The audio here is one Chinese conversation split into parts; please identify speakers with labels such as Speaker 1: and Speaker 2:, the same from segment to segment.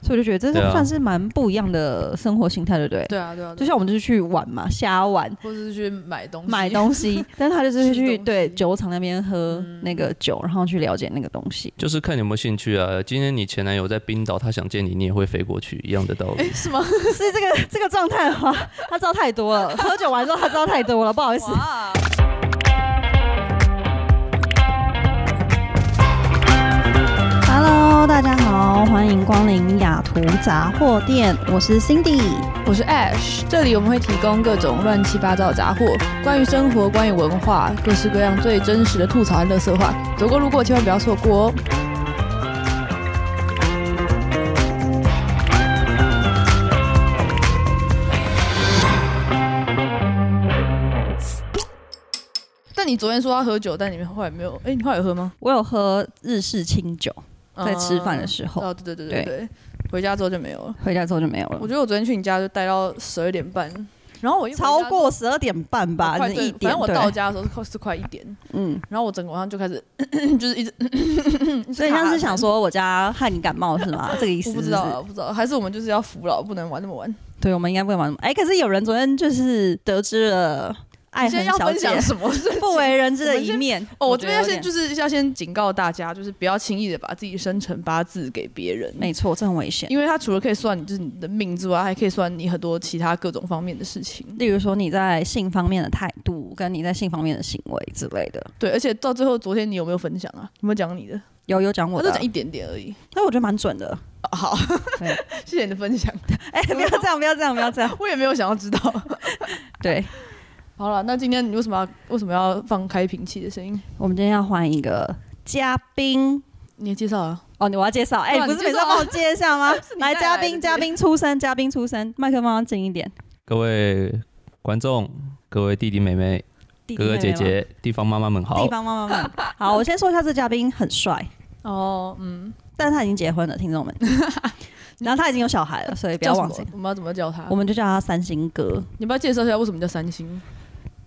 Speaker 1: 所以我就觉得这
Speaker 2: 对
Speaker 1: 是
Speaker 2: 啊
Speaker 1: 算是蛮不一样的生活形态，对不对？
Speaker 3: 对啊对啊，对啊
Speaker 1: 就像我们就是去玩嘛，瞎玩。
Speaker 3: 或者是去买东西，
Speaker 1: 买 东西，但是他就是会
Speaker 3: 吃东
Speaker 1: 去
Speaker 3: 西嗯
Speaker 1: 对酒厂那边喝那个酒，然后去了解那个东西。
Speaker 2: 就是看你有没有兴趣啊。今天你前男友在冰岛，他想见你，你也会飞过去，一样的道理。
Speaker 3: 是 吗？
Speaker 1: 是这个这个状态的话， 他知道太多了。喝酒完之后，他知道太多了，不好意思。
Speaker 3: 哇，哦
Speaker 1: Hello，大家好，欢迎光临雅图杂货店，我是 Cindy。
Speaker 3: 我是 Ash，这里我们会提供各种乱七八糟的杂货，关于生活，关于文化，各式各样最真实的吐槽和乐色话，走过路过千万不要错过哦。但你昨天说要喝酒，但你们后来没有，哎、你后来有喝吗？
Speaker 1: 我有喝日式清酒，在吃饭的时候
Speaker 3: 嗯哦，对对对对对，回家之后就没有了。
Speaker 1: 回家之后就没有了。
Speaker 3: 我觉得我昨天去你家就待到十二点半，然后我一回家
Speaker 1: 超过十二点半吧，
Speaker 3: 快
Speaker 1: 是
Speaker 3: 对
Speaker 1: 一
Speaker 3: 反
Speaker 1: 点
Speaker 3: 正我
Speaker 1: 对
Speaker 3: 到家的时候是快是快一点，
Speaker 1: 嗯，
Speaker 3: 然后我整个晚上就开始 就是一直一直
Speaker 1: 所以像
Speaker 3: 卡
Speaker 1: 是想，说我家害你感冒是吗？ 这个意思
Speaker 3: 啊
Speaker 1: 是不
Speaker 3: 我不知
Speaker 1: 是
Speaker 3: 道啊，我不知道，还是我们就是要服老，不能玩那么晚。
Speaker 1: 对，我们应该不会玩。哎、可是有人昨天就是得知了爱
Speaker 3: 你现
Speaker 1: 恨
Speaker 3: 在要
Speaker 1: 小
Speaker 3: 分享
Speaker 1: 姐
Speaker 3: 什么事情？
Speaker 1: 不为人知的一
Speaker 3: 我们
Speaker 1: 面。
Speaker 3: 哦，我
Speaker 1: 觉
Speaker 3: 这
Speaker 1: 得
Speaker 3: 边要
Speaker 1: 有
Speaker 3: 先
Speaker 1: 点
Speaker 3: 就是要先警告大家，就是不要轻易的把自己生辰八字给别人，
Speaker 1: 没错，这很危险。
Speaker 3: 因为他除了可以算你就是你的命之外，还可以算你很多其他各种方面的事情。
Speaker 1: 例如说你在性方面的态度，跟你在性方面的行为之类的，
Speaker 3: 对，而且到最后，昨天你有没有分享啊？有没有讲你的？
Speaker 1: 有有讲
Speaker 3: 我
Speaker 1: 我
Speaker 3: 就
Speaker 1: 的啊哎
Speaker 3: 讲，一点点而已。
Speaker 1: 但我觉得蛮准的。
Speaker 3: 哦 好，
Speaker 1: 对
Speaker 3: 谢谢你的分享，
Speaker 1: 哎、不要这样，不要这样，不要这样。
Speaker 3: 我也没有想要知道。
Speaker 1: 对，
Speaker 3: 好了，那今天你为什么要为什么要放开瓶器的声音？
Speaker 1: 我们今天要换一个嘉宾。
Speaker 3: 你也介绍啊？
Speaker 1: 哦，你我要介绍，哎、
Speaker 3: 对啊
Speaker 1: 不
Speaker 3: 你
Speaker 1: 是
Speaker 3: 介
Speaker 1: 每次
Speaker 3: 绍
Speaker 1: 帮我介绍吗？
Speaker 3: 是你带
Speaker 1: 来，
Speaker 3: 来
Speaker 1: 嘉
Speaker 3: 的
Speaker 1: 宾，
Speaker 3: 是
Speaker 1: 嘉宾出声，嘉宾出声，麦克风要近一点。
Speaker 2: 各位观众、各位弟弟妹妹、
Speaker 1: 弟弟
Speaker 2: 哥哥
Speaker 1: 妹
Speaker 2: 姐
Speaker 1: 妹吗，
Speaker 2: 姐、地方妈妈们好
Speaker 1: 地。方妈妈们，好，我先说一下，这嘉宾很帅，
Speaker 3: 哦，嗯，
Speaker 1: 但是他已经结婚了，听众 们。然后他已经有小孩了，所以不要
Speaker 3: 叫什
Speaker 1: 忘
Speaker 3: 么
Speaker 1: 记，
Speaker 3: 我们要怎么叫他？
Speaker 1: 我们就叫他三星哥。
Speaker 3: 你要不要介绍一下为什么叫三星？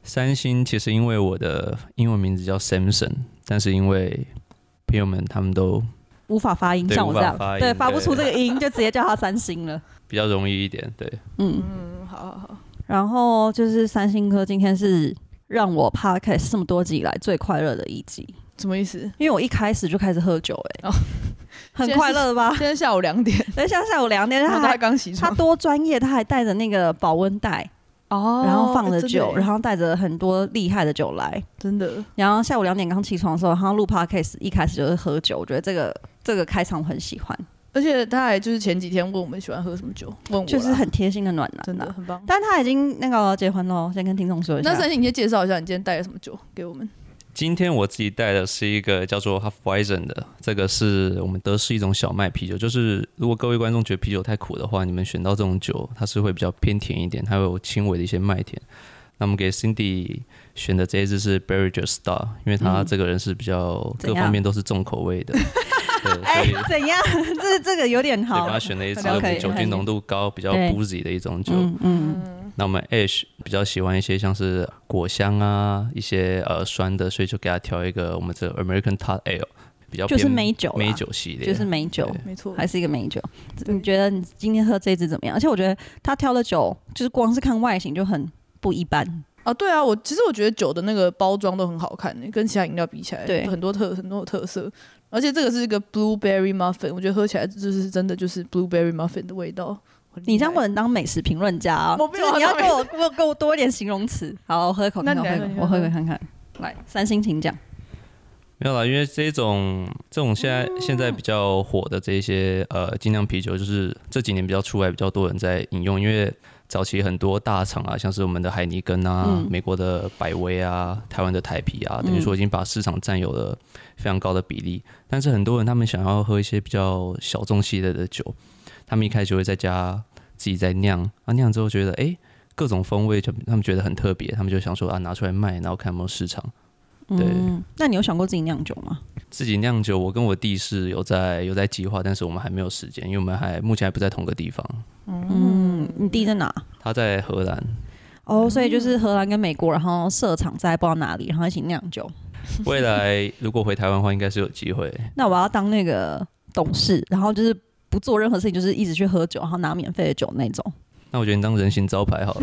Speaker 2: 三星其实因为我的英文名字叫 Samson，但是因为朋友们他们都
Speaker 1: 无法发音，
Speaker 2: 对
Speaker 1: 像我这样
Speaker 2: 无法发，音
Speaker 1: 对，发不出这
Speaker 2: 对
Speaker 1: 个音，就直接叫他三星了。
Speaker 2: 比较容易一点，对，
Speaker 1: 嗯，
Speaker 3: 嗯，好好好，
Speaker 1: 然后就是三星哥今天是让我 podcast 这么多集以来最快乐的一集，
Speaker 3: 什么意思？
Speaker 1: 因为我一开始就开始喝酒、哎、
Speaker 3: 哦
Speaker 1: 很快乐吧？
Speaker 3: 今天下午两点，
Speaker 1: 等一下下午两点，
Speaker 3: 然
Speaker 1: 他
Speaker 3: 后他
Speaker 1: 还
Speaker 3: 刚起
Speaker 1: 他
Speaker 3: 床，
Speaker 1: 多专业，他还带着那个保温袋，
Speaker 3: 哦
Speaker 1: 然后放了酒，然
Speaker 3: 后
Speaker 1: 后带着很多厉害的酒来。
Speaker 3: 真的
Speaker 1: 然后下午两点刚起床的时候，然后录 podcast，一开始就是喝酒，我觉得这个这个开场我很喜欢，
Speaker 3: 而且他还就是前几天问我们喜欢喝什么酒，问我啦
Speaker 1: 就是很贴心的暖
Speaker 3: 真
Speaker 1: 男、
Speaker 3: 的
Speaker 1: 啊。
Speaker 3: 很棒。
Speaker 1: 但他已经那个结婚喽，先跟听众说一下。
Speaker 3: 那三星，你先介绍一下你今天带了什么酒给我们？
Speaker 2: 今天我自己带的是一个叫做 Halfweizen 的，这个是我们德式一种小麦啤酒。就是如果各位观众觉得啤酒太苦的话，你们选到这种酒，它是会比较偏甜一点，它会有轻微的一些麦甜。那我们给 Cindy 选的这一支是 Berger Star，因为他这个人是比较
Speaker 1: 怎
Speaker 2: 各
Speaker 1: 样
Speaker 2: 方面都是重口味的，对，
Speaker 1: 哎、
Speaker 2: 所以。
Speaker 1: 怎样？ 这这个有点
Speaker 2: 对，
Speaker 1: 好
Speaker 2: 帮他。选了一支
Speaker 3: 好可以
Speaker 2: 酒
Speaker 1: 可以
Speaker 2: 精浓度高、比较
Speaker 1: 对
Speaker 2: boozy 的一种酒。
Speaker 1: 嗯嗯，
Speaker 2: 那我们 Ash 比较喜欢一些像是果香啊，一些呃酸的，所以就给他调一个我们这个 American Tart Ale，比较
Speaker 1: 就
Speaker 2: 偏
Speaker 1: 是美酒啦
Speaker 2: 美酒系列，
Speaker 1: 就是美酒，
Speaker 2: 对
Speaker 3: 没错，
Speaker 1: 还是一个美酒。你觉得你今天喝这一支怎么样？而且我觉得他挑的酒，就是光是看外形就很不一般。
Speaker 3: 啊，对啊，我其实我觉得酒的那个包装都很好看、欸跟其他饮料比起来，
Speaker 1: 对
Speaker 3: 很多特很多有特色。而且这个是一个 blueberry muffin，我觉得喝起来就是真的就是 blueberry muffin 的味道。很厉
Speaker 1: 你这样
Speaker 3: 害
Speaker 1: 不，能当美食评论家啊！
Speaker 3: 我没有
Speaker 1: 就是你要
Speaker 3: 当
Speaker 1: 给
Speaker 3: 美
Speaker 1: 我给我给我多一点形容词。好，我喝一口
Speaker 3: 那
Speaker 1: 看看，我喝一口，
Speaker 3: 你来你来
Speaker 1: 我喝一
Speaker 3: 你
Speaker 1: 口
Speaker 3: 来
Speaker 1: 看看。来，三星请讲。
Speaker 2: 没有啦，因为这种这种现在、现在比较火的这些呃精酿啤酒，就是这几年比较出来，比较多人在饮用，因为早期很多大厂啊，像是我们的海尼根啊、
Speaker 1: 嗯
Speaker 2: 美国的百威啊、台湾的台啤啊，等于说已经把市场占有了非常高的比例。但是很多人他们想要喝一些比较小众系列的酒，他们一开始就会在家自己在酿，啊酿之后觉得哎。诶各种风味就他们觉得很特别，他们就想说啊拿出来卖，然后看有没有市场。对
Speaker 1: 嗯，那你有想过自己酿酒吗？
Speaker 2: 自己酿酒，我跟我弟是有在有在计划，但是我们还没有时间，因为我们还目前还不在同个地方。
Speaker 1: 嗯，你弟在哪？
Speaker 2: 他在荷兰，
Speaker 3: 嗯
Speaker 1: 哦，所以就是荷兰跟美国，然后设厂在不知道哪里，然后一起酿酒。
Speaker 2: 未来如果回台湾的话，应该是有机会。
Speaker 1: 那我要当那个董事，然后就是不做任何事情，就是一直去喝酒，然后拿免费的酒那种。
Speaker 2: 那我觉得你当人形招牌好了。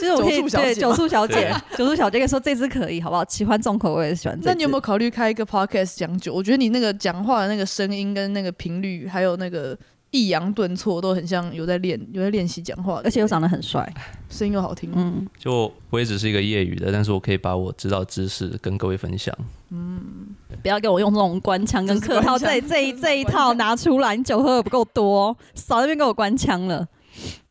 Speaker 1: 就是我可以
Speaker 3: 酒醋小姐
Speaker 1: 对
Speaker 3: 吗
Speaker 1: 酒醋小姐，酒醋小姐可以说这支可以，好不好？喜欢重口味，喜欢这支。
Speaker 3: 那你有没有考虑开一个 podcast 讲酒？我觉得你那个讲话的那个声音跟那个频率，还有那个抑扬顿挫，都很像有在练有在练习讲话的，
Speaker 1: 而且又长得很帅，
Speaker 3: 声音又好听。
Speaker 1: 嗯，
Speaker 2: 就我也只是一个业余的，但是我可以把我知道的知识跟各位分享。
Speaker 1: 不要给我用这种官腔跟客套，
Speaker 3: 这
Speaker 1: 这
Speaker 3: 是官腔
Speaker 1: 这一
Speaker 3: 这是官腔
Speaker 1: 这一套拿出来，你酒喝的不够多，少在那边给我官腔了。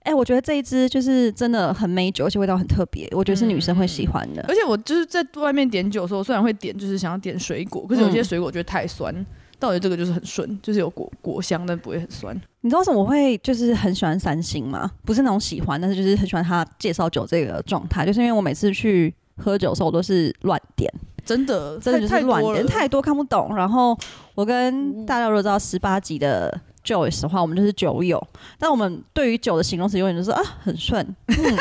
Speaker 1: 哎、我觉得这一支就是真的很美酒，而且味道很特别，我觉得是女生会喜欢的。
Speaker 3: 而且我就是在外面点酒的时候，虽然会点，就是想要点水果，可是
Speaker 1: 嗯
Speaker 3: 有些水果觉得太酸，但我觉得这个就是很顺，就是有果果香，但不会很酸。
Speaker 1: 你知道为什么我会就是很喜欢三星吗？不是那种喜欢，但是就是很喜欢他介绍酒这个状态，就是因为我每次去喝酒的时候，我都是乱点。
Speaker 3: 真的，
Speaker 1: 真的就是
Speaker 3: 太
Speaker 1: 乱
Speaker 3: 多了嗯
Speaker 1: 点，太多看不懂。然后我跟大家如果知道十八集的 Joyce 的话，我们就是酒友，但我们对于酒的形容词永远就是啊，很 顺，嗯，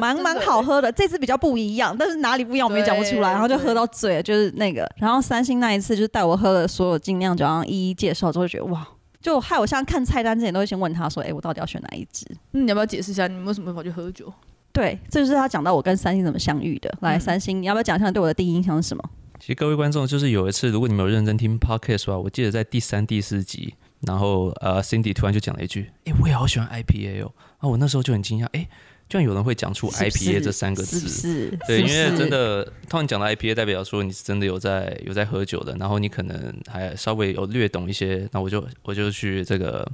Speaker 1: 蛮蛮好喝的。这次比较不一样，但是哪里不一样我们也讲不出来，
Speaker 3: 对
Speaker 1: 然后就喝到醉了，就是那个。然后三星那一次就是带我喝了所有精酿酒，然后一一介绍之后，觉得哇。就害我像看菜单之前都会先问他说：“哎、我到底要选哪一支
Speaker 3: 那嗯你要不要解释一下，你们为什么会跑去喝酒？？”
Speaker 1: 对，这就是他讲到我跟三星怎么相遇的。来，
Speaker 3: 嗯
Speaker 1: 三星，你要不要讲一下对我的第一印象是什么？
Speaker 2: 其实各位观众，就是有一次，如果你们有认真听 podcast 吧，我记得在第三、第四集，然后呃，Cindy 突然就讲了一句：“诶，我也好喜欢 IPA 哦。”啊，我那时候就很惊讶，诶，居然有人会讲出
Speaker 1: 是不是
Speaker 2: IPA 这三个字。
Speaker 1: 是不是？
Speaker 2: 对，
Speaker 1: 是
Speaker 2: 因
Speaker 1: 不
Speaker 2: 为
Speaker 1: 是
Speaker 2: 真的，通常讲到 IPA，代表说你是真的有在有在喝酒的，然后你可能还稍微有略懂一些，那我就我就去这个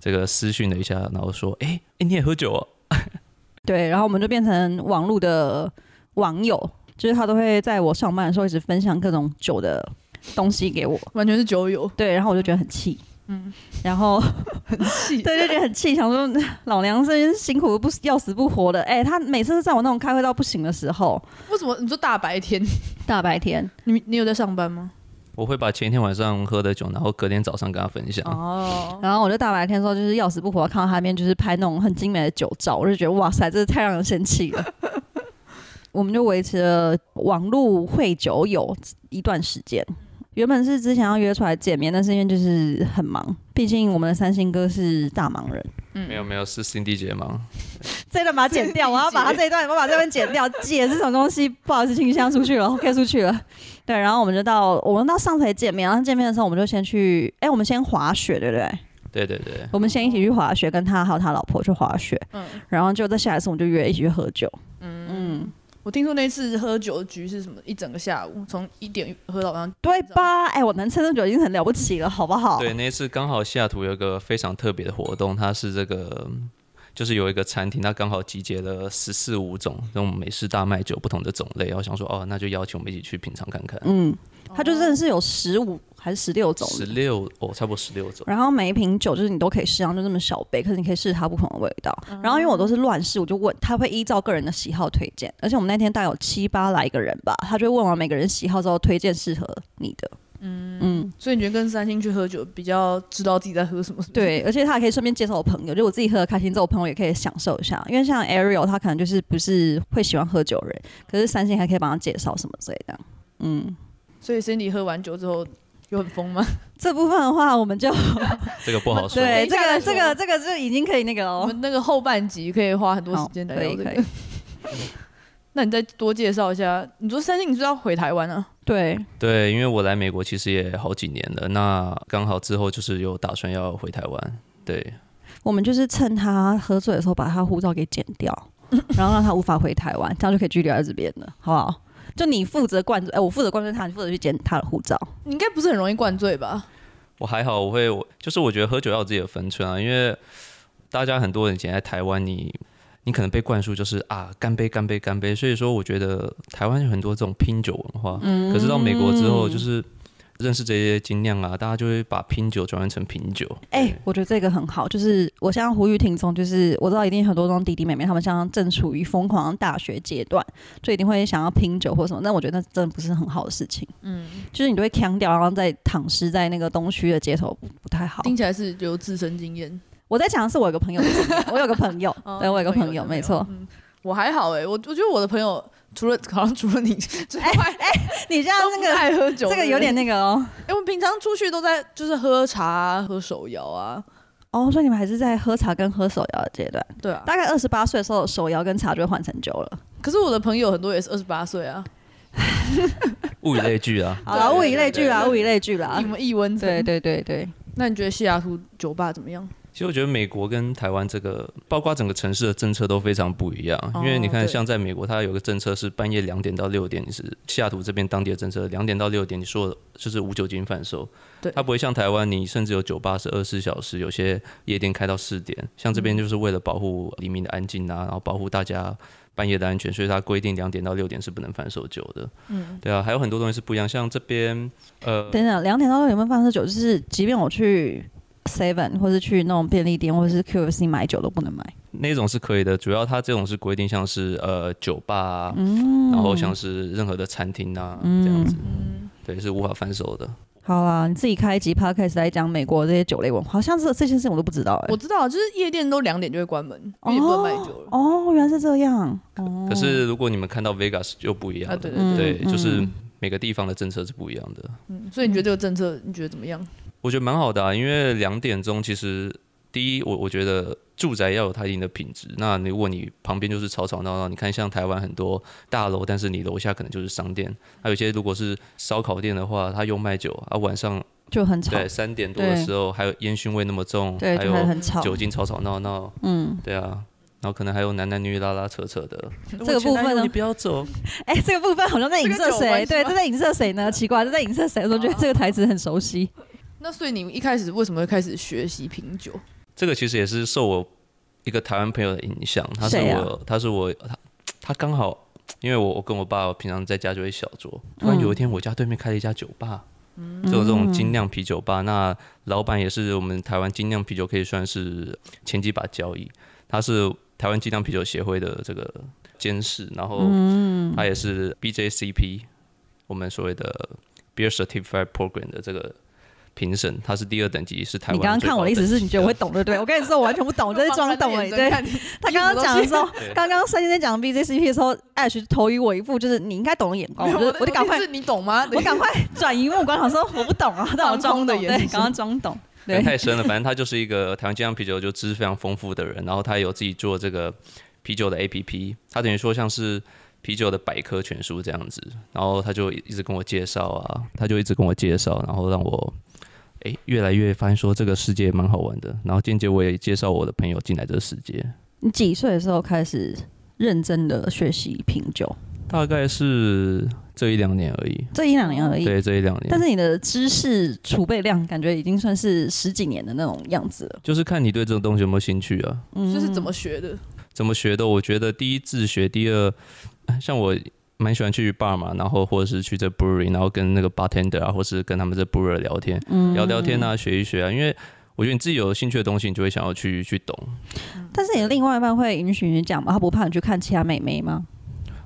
Speaker 2: 这个私讯了一下，然后说，哎、哎、你也喝酒哦？
Speaker 1: 对，然后我们就变成网络的网友，就是他都会在我上班的时候一直分享各种酒的东西给我。
Speaker 3: 完全是酒友，
Speaker 1: 对，然后我就觉得很气，
Speaker 3: 嗯，
Speaker 1: 然后
Speaker 3: 很气。
Speaker 1: 对，就觉得很气，想说老娘真是辛苦得不要死不活的。哎、他每次都在我那种开会到不行的时候，
Speaker 3: 为什么你说大白天？
Speaker 1: 大白天，
Speaker 3: 你你有在上班吗？
Speaker 2: 我会把前一天晚上喝的酒，然后隔天早上跟他分享。
Speaker 3: 哦，
Speaker 1: 然后我就大白天的时候就是要死不活，看到他那边就是拍那种很精美的酒照，我就觉得哇塞，这是太让人生气 了。我们就维持了网络会酒友一段时间。原本是之前要约出来见面，但是因为就是很忙，毕竟我们的三星哥是大忙人。
Speaker 3: 嗯
Speaker 2: 没有没有，是 Cindy 姐吗？
Speaker 1: 这段把它 剪掉，我要把它这一段，我把这边剪 掉。姐是什么东西？不好意思，清香出去了，OK 出去了。对，然后我们就到我们到上台见面，然后见面的时候我们就先去，哎、我们先滑雪，对不对？
Speaker 2: 对对对，
Speaker 1: 我们先一起去滑雪，跟他还有他老婆去滑雪，
Speaker 3: 嗯
Speaker 1: 然后就再下一次我们就约一起去喝酒。
Speaker 3: 嗯，我听说那次喝酒的局是什么？一整个下午，从一点喝到晚上。
Speaker 1: 对吧？哎、我能撑这么久已经很了不起了，好不好？
Speaker 2: 对，那一次刚好西雅图有一个非常特别的活动，它是这个嗯就是有一个餐厅，它刚好集结了十四五种那种美式大麦酒不同的种类，然后想说哦，那就邀请我们一起去品尝看看。
Speaker 1: 嗯，
Speaker 3: 哦
Speaker 1: 他就真的是有十五还是十六种
Speaker 2: 十六哦，差不多十六 种。
Speaker 1: 然后每一瓶酒就是你都可以试，然后就这么小杯，可是你可以试它不同的味道。
Speaker 3: 嗯
Speaker 1: 然后因为我都是乱试，我就问他会依照个人的喜好推荐，而且我们那天大概有七八来个人吧，他就会问完每个人喜好之后推荐适合你的。嗯嗯，
Speaker 3: 所以你觉得跟三星去喝酒比较知道自己在喝什么？是 不是，
Speaker 1: 对，而且他还可以顺便介绍我朋友，就我自己喝的开心之后，我朋友也可以享受一下。因为像 Ariel 他可能就是不是会喜欢喝酒的人，可是三星还可以帮他介绍什么之类的。嗯，
Speaker 3: 所以 Cindy 喝完酒之后有很疯吗？
Speaker 1: 这部分的话我们 就
Speaker 2: 这个不好说。
Speaker 1: 对
Speaker 3: 等一
Speaker 1: 这
Speaker 3: 下
Speaker 1: 个
Speaker 3: 再
Speaker 1: 这
Speaker 3: 说
Speaker 1: 个这个就已经可以那个
Speaker 3: 我
Speaker 1: 哦，
Speaker 3: 们那个后半集可以花很多时
Speaker 1: 好
Speaker 3: 间来
Speaker 1: 可
Speaker 3: 聊
Speaker 1: 以
Speaker 3: 这
Speaker 1: 可
Speaker 3: 个
Speaker 1: 以。，
Speaker 3: 那你再多介绍一下，你说三星，你是要回台湾啊？
Speaker 1: 对，
Speaker 2: 对，因为我来美国其实也好几年了，那刚好之后就是有打算要回台湾。对，
Speaker 1: 我们就是趁他喝醉的时候把他护照给剪 掉，然后让他无法回台湾，这样就可以拘留在这边了，好不好？就你负责灌醉，哎、我负责灌醉他，你负责去剪他的护照。
Speaker 3: 你应该不是很容易灌醉吧？
Speaker 2: 我还好，我会我就是我觉得喝酒要有自己的分寸啊，因为大家很多人以前在台湾你。你可能被灌输就是啊，干杯，干杯，干杯。所以说，我觉得台湾有很多这种拼酒文化，
Speaker 1: 嗯
Speaker 2: 可是到美国之后，就是认识这些精酿啊，大家就会把拼酒转换成品酒。
Speaker 1: 哎、
Speaker 2: 对
Speaker 1: 我觉得这个很好，就是我现在呼吁听众，就是我知道一定很多种弟弟妹妹，他们现在正处于疯狂的大学阶段，就一定会想要拼酒或什么，但我觉得那真的不是很好的事情。
Speaker 3: 嗯，
Speaker 1: 就是你都会腔掉，然后再躺尸在那个东区的街头，不不太好。
Speaker 3: 听起来是有自身经验。
Speaker 1: 我在讲的是我有个
Speaker 3: 哦
Speaker 1: 朋友的经验，我有个朋友，对我有个朋友，没错。
Speaker 3: 欸嗯，我还好哎、我我觉得我的朋友除了好像除了你之外，
Speaker 1: 哎你这样
Speaker 3: 都
Speaker 1: 那
Speaker 3: 不
Speaker 1: 个
Speaker 3: 爱喝酒，
Speaker 1: 这个有点那个哦。
Speaker 3: 对不对，因为我们平常出去都在就是喝茶、啊、喝手摇啊，
Speaker 1: 哦，所以你们还是在喝茶跟喝手摇的阶段。
Speaker 3: 对啊。
Speaker 1: 大概二十八岁的时候，手摇跟茶就会换成酒了。
Speaker 3: 可是我的朋友很多也是二十八岁啊，
Speaker 2: 物以类聚啊。
Speaker 1: 好啦，
Speaker 3: 对
Speaker 1: 物以类聚啦，
Speaker 2: 对对对
Speaker 1: 物以类聚啦
Speaker 3: 你。们异温层
Speaker 1: 啊对。对对对，
Speaker 3: 那你觉得西雅图酒吧怎么样？
Speaker 2: 其实我觉得美国跟台湾这个，包括整个城市的政策都非常不一样。因
Speaker 3: 哦
Speaker 2: 为你看，
Speaker 3: 对
Speaker 2: 像在美国，它有个政策是半夜两点到六点，你是西雅图这边当地的政策，两点到六点，你说就是无酒精贩售。
Speaker 3: 对
Speaker 2: 它不会像台湾，你甚至有酒吧是二十四小时，有些夜店开到四点。像这
Speaker 3: 嗯
Speaker 2: 边就是为了保护黎明的安静啊，然后保护大家半夜的安全，所以它规定两点到六点是不能贩售酒的。嗯，对啊，还有很多东西是不一样。像这边，呃，
Speaker 1: 等等，两点到六点半放喝酒，就是即便我去 Seven 或是去那种便利店或是 QFC 买酒都不能买。
Speaker 2: 那种是可以的，主要它这种是规定，像是呃酒吧、啊，然
Speaker 1: 嗯
Speaker 2: 后像是任何的餐厅啊、这样子，对，是无法翻手的。
Speaker 1: 好啦，你自己开一集 podcast 来讲美国这些酒类文化，像这这件事情我都不知道哎、
Speaker 3: 我知道，就是夜店都两点就会关门，因为你不能卖酒了。
Speaker 1: 哦，原来是这样。哦，
Speaker 2: 可是如果你们看到 Vegas 就不一样了，
Speaker 3: 啊对
Speaker 1: 嗯
Speaker 2: 对
Speaker 1: 嗯
Speaker 2: 就是每个地方的政策是不一样的。
Speaker 3: 所以你觉得这个政策你觉得怎么样？
Speaker 2: 我觉得蛮好的啊，因为两点钟其实第一，我我觉得住宅要有它一定的品质。那如果你旁边就是吵吵闹闹，你看像台湾很多大楼，但是你楼下可能就是商店，还有一些如果是烧烤店的话，它又卖酒啊，晚上
Speaker 1: 就很吵，
Speaker 2: 对，三点多的时候还有烟熏味那么重，
Speaker 1: 对，
Speaker 2: 还
Speaker 1: 就还
Speaker 2: 有
Speaker 1: 很吵。
Speaker 2: 哎酒精吵吵闹闹，
Speaker 1: 嗯，
Speaker 2: 对啊，然后可能还有男男女女拉拉扯扯的。
Speaker 1: 这个部分
Speaker 2: 我前男友
Speaker 1: 呢
Speaker 2: 你？不要走，
Speaker 1: 哎、这个部分好像在影射
Speaker 3: 这个有关
Speaker 1: 谁？
Speaker 3: 系
Speaker 1: 对，
Speaker 3: 吗
Speaker 1: 这在影射谁 呢？奇怪，这在影射谁？我总
Speaker 2: 啊
Speaker 1: 觉得这个台词很熟悉。
Speaker 3: 那所以你一开始为什么会开始学习品酒？
Speaker 2: 这个其实也是受我一个台湾朋友的影响，他是
Speaker 1: 谁啊
Speaker 2: 我，他是我，他他刚好，因为我我跟我爸平常在家就会小酌，突然有一天我家对面开了一家酒吧，
Speaker 1: 嗯
Speaker 2: 就有这种精酿啤酒吧，那老板也是我们台湾精酿啤酒可以算是前几把交椅，他是台湾精酿啤酒协会的这个监事，然后
Speaker 1: 嗯
Speaker 2: 他也是 BJCP 我们所谓的 Beer Certified Program 的这个。评审，他是第二等级，是台湾
Speaker 1: 你
Speaker 2: 最高
Speaker 1: 刚刚
Speaker 2: 等级。
Speaker 1: 看我的意思是你觉得我会懂对不对？我跟你说我完全不哦懂，我就是装 懂而已。对，他刚刚讲的时候
Speaker 2: 对，
Speaker 1: 刚刚孙先生讲 BJCP 的时候，Ash 投予我一副就是你应该懂的眼光，哦我就我就赶快
Speaker 3: 是你懂吗？
Speaker 1: 我赶快 转移目光，想说我不懂啊，但我装
Speaker 3: 放空的
Speaker 1: 懂，
Speaker 3: 眼
Speaker 1: 对，
Speaker 3: 神
Speaker 1: 刚刚装懂，
Speaker 2: 可能
Speaker 1: 对，
Speaker 2: 太深了。反正他就是一个台湾精酿啤酒就知识非常丰富的人，然后他有自己做这个啤酒的 APP，他等于说像是啤酒的百科全书这样子。然后啊他就一直跟我介绍啊，他就一直跟我介绍，然后让我诶越来越发现说这个世界蛮好玩的。然后间接我也介绍我的朋友进来这个世界，
Speaker 1: 你几岁的时候开始认真的学习品酒？
Speaker 2: 大概是这一两年而已。
Speaker 1: 这一两年而已。
Speaker 2: 对，这一两年。
Speaker 1: 但是你的知识储备量感觉已经算是十几年的那种样子了。
Speaker 2: 就是看你对这个东西有没有兴趣啊。
Speaker 1: 嗯
Speaker 3: 就是怎么学的？
Speaker 2: 怎么学的？我觉得第一自学，第二像我蛮喜欢去 bar 嘛，然后或者是去这 brewery，然后跟那个 bartender 啊，或是跟他们这 brewer 聊天，聊聊天啊，学一学啊，因为。我觉得你自己有兴趣的东西，你就会想要去去懂
Speaker 1: 但是你的另外一半会允许你讲吗？他不怕你去看其他美眉吗？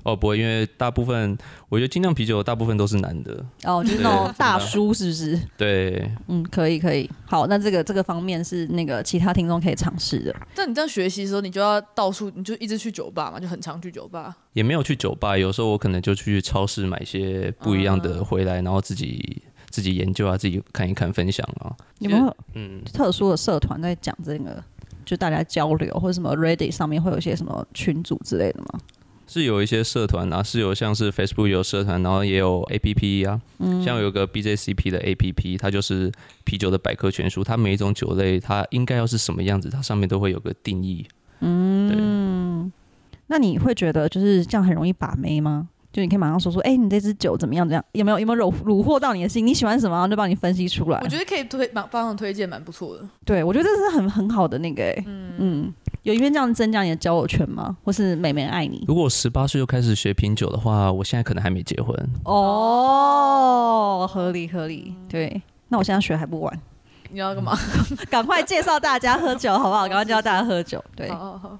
Speaker 2: 哦。不会，因为大部分我觉得精酿啤酒大部分都是男的，
Speaker 1: 哦，就是那种大叔是不是？
Speaker 2: 对，
Speaker 1: 嗯，可以可以。好，那这个这个方面是那个其他听众可以尝试的。
Speaker 3: 但你这样学习的时候，你就要到处，你就一直去酒吧嘛，就很常去酒吧。
Speaker 2: 也没有去酒吧，有时候我可能就去超市买一些不一样的回来，然后自己自己研究啊，自己看一看分享啊，
Speaker 1: 你们会有
Speaker 2: 嗯，
Speaker 1: 特殊的社团在讲这个，就大家交流或者什么 Reddit 上面会有一些什么群组之类的吗？
Speaker 2: 是有一些社团啊，是有像是 Facebook 有社团，然后也有 APP 啊，像有个 BJCP 的 APP，它就是啤酒的百科全书，它每一种酒类它应该要是什么样子，它上面都会有个定义。嗯，
Speaker 1: 那你会觉得就是这样很容易把妹吗？就你可以马上说说，哎、你这支酒怎么样？怎么样？有没有有没有虏虏获到你的心？你喜欢什么？然后就帮你分析出来
Speaker 3: 我。觉得可以推蛮帮忙推荐，蛮不错的。
Speaker 1: 对，我觉得这是很很好的那个、欸，嗯有因为这样增加你的交友圈吗？或是美眉爱你？
Speaker 2: 如果我十八岁就开始学品酒的话，我现在可能还没结婚。
Speaker 1: 哦，合理合理，对。那我现在学还不晚，
Speaker 3: 你要干嘛？
Speaker 1: 赶快介绍大家喝酒好不好？赶快教大家喝酒。
Speaker 2: 嗯
Speaker 1: 对，
Speaker 3: 好好好。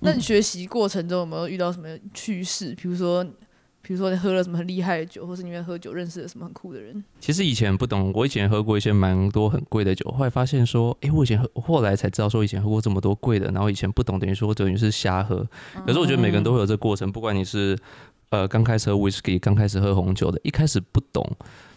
Speaker 3: 那你学习过程中有没有遇到什么趣事？比如说比如说你喝了什么很厉害的酒，或是你因为喝酒认识了什么很酷的人。
Speaker 2: 其实以前不懂，我以前喝过一些蛮多很贵的酒，后来发现说，诶，我以前喝，后来才知道说以前喝过这么多贵的，然后以前不懂，等于说等于是瞎喝。可是我觉得每个人都会有这过程，不管你是呃刚开始喝 whisky，刚开始喝红酒的，一开始不懂，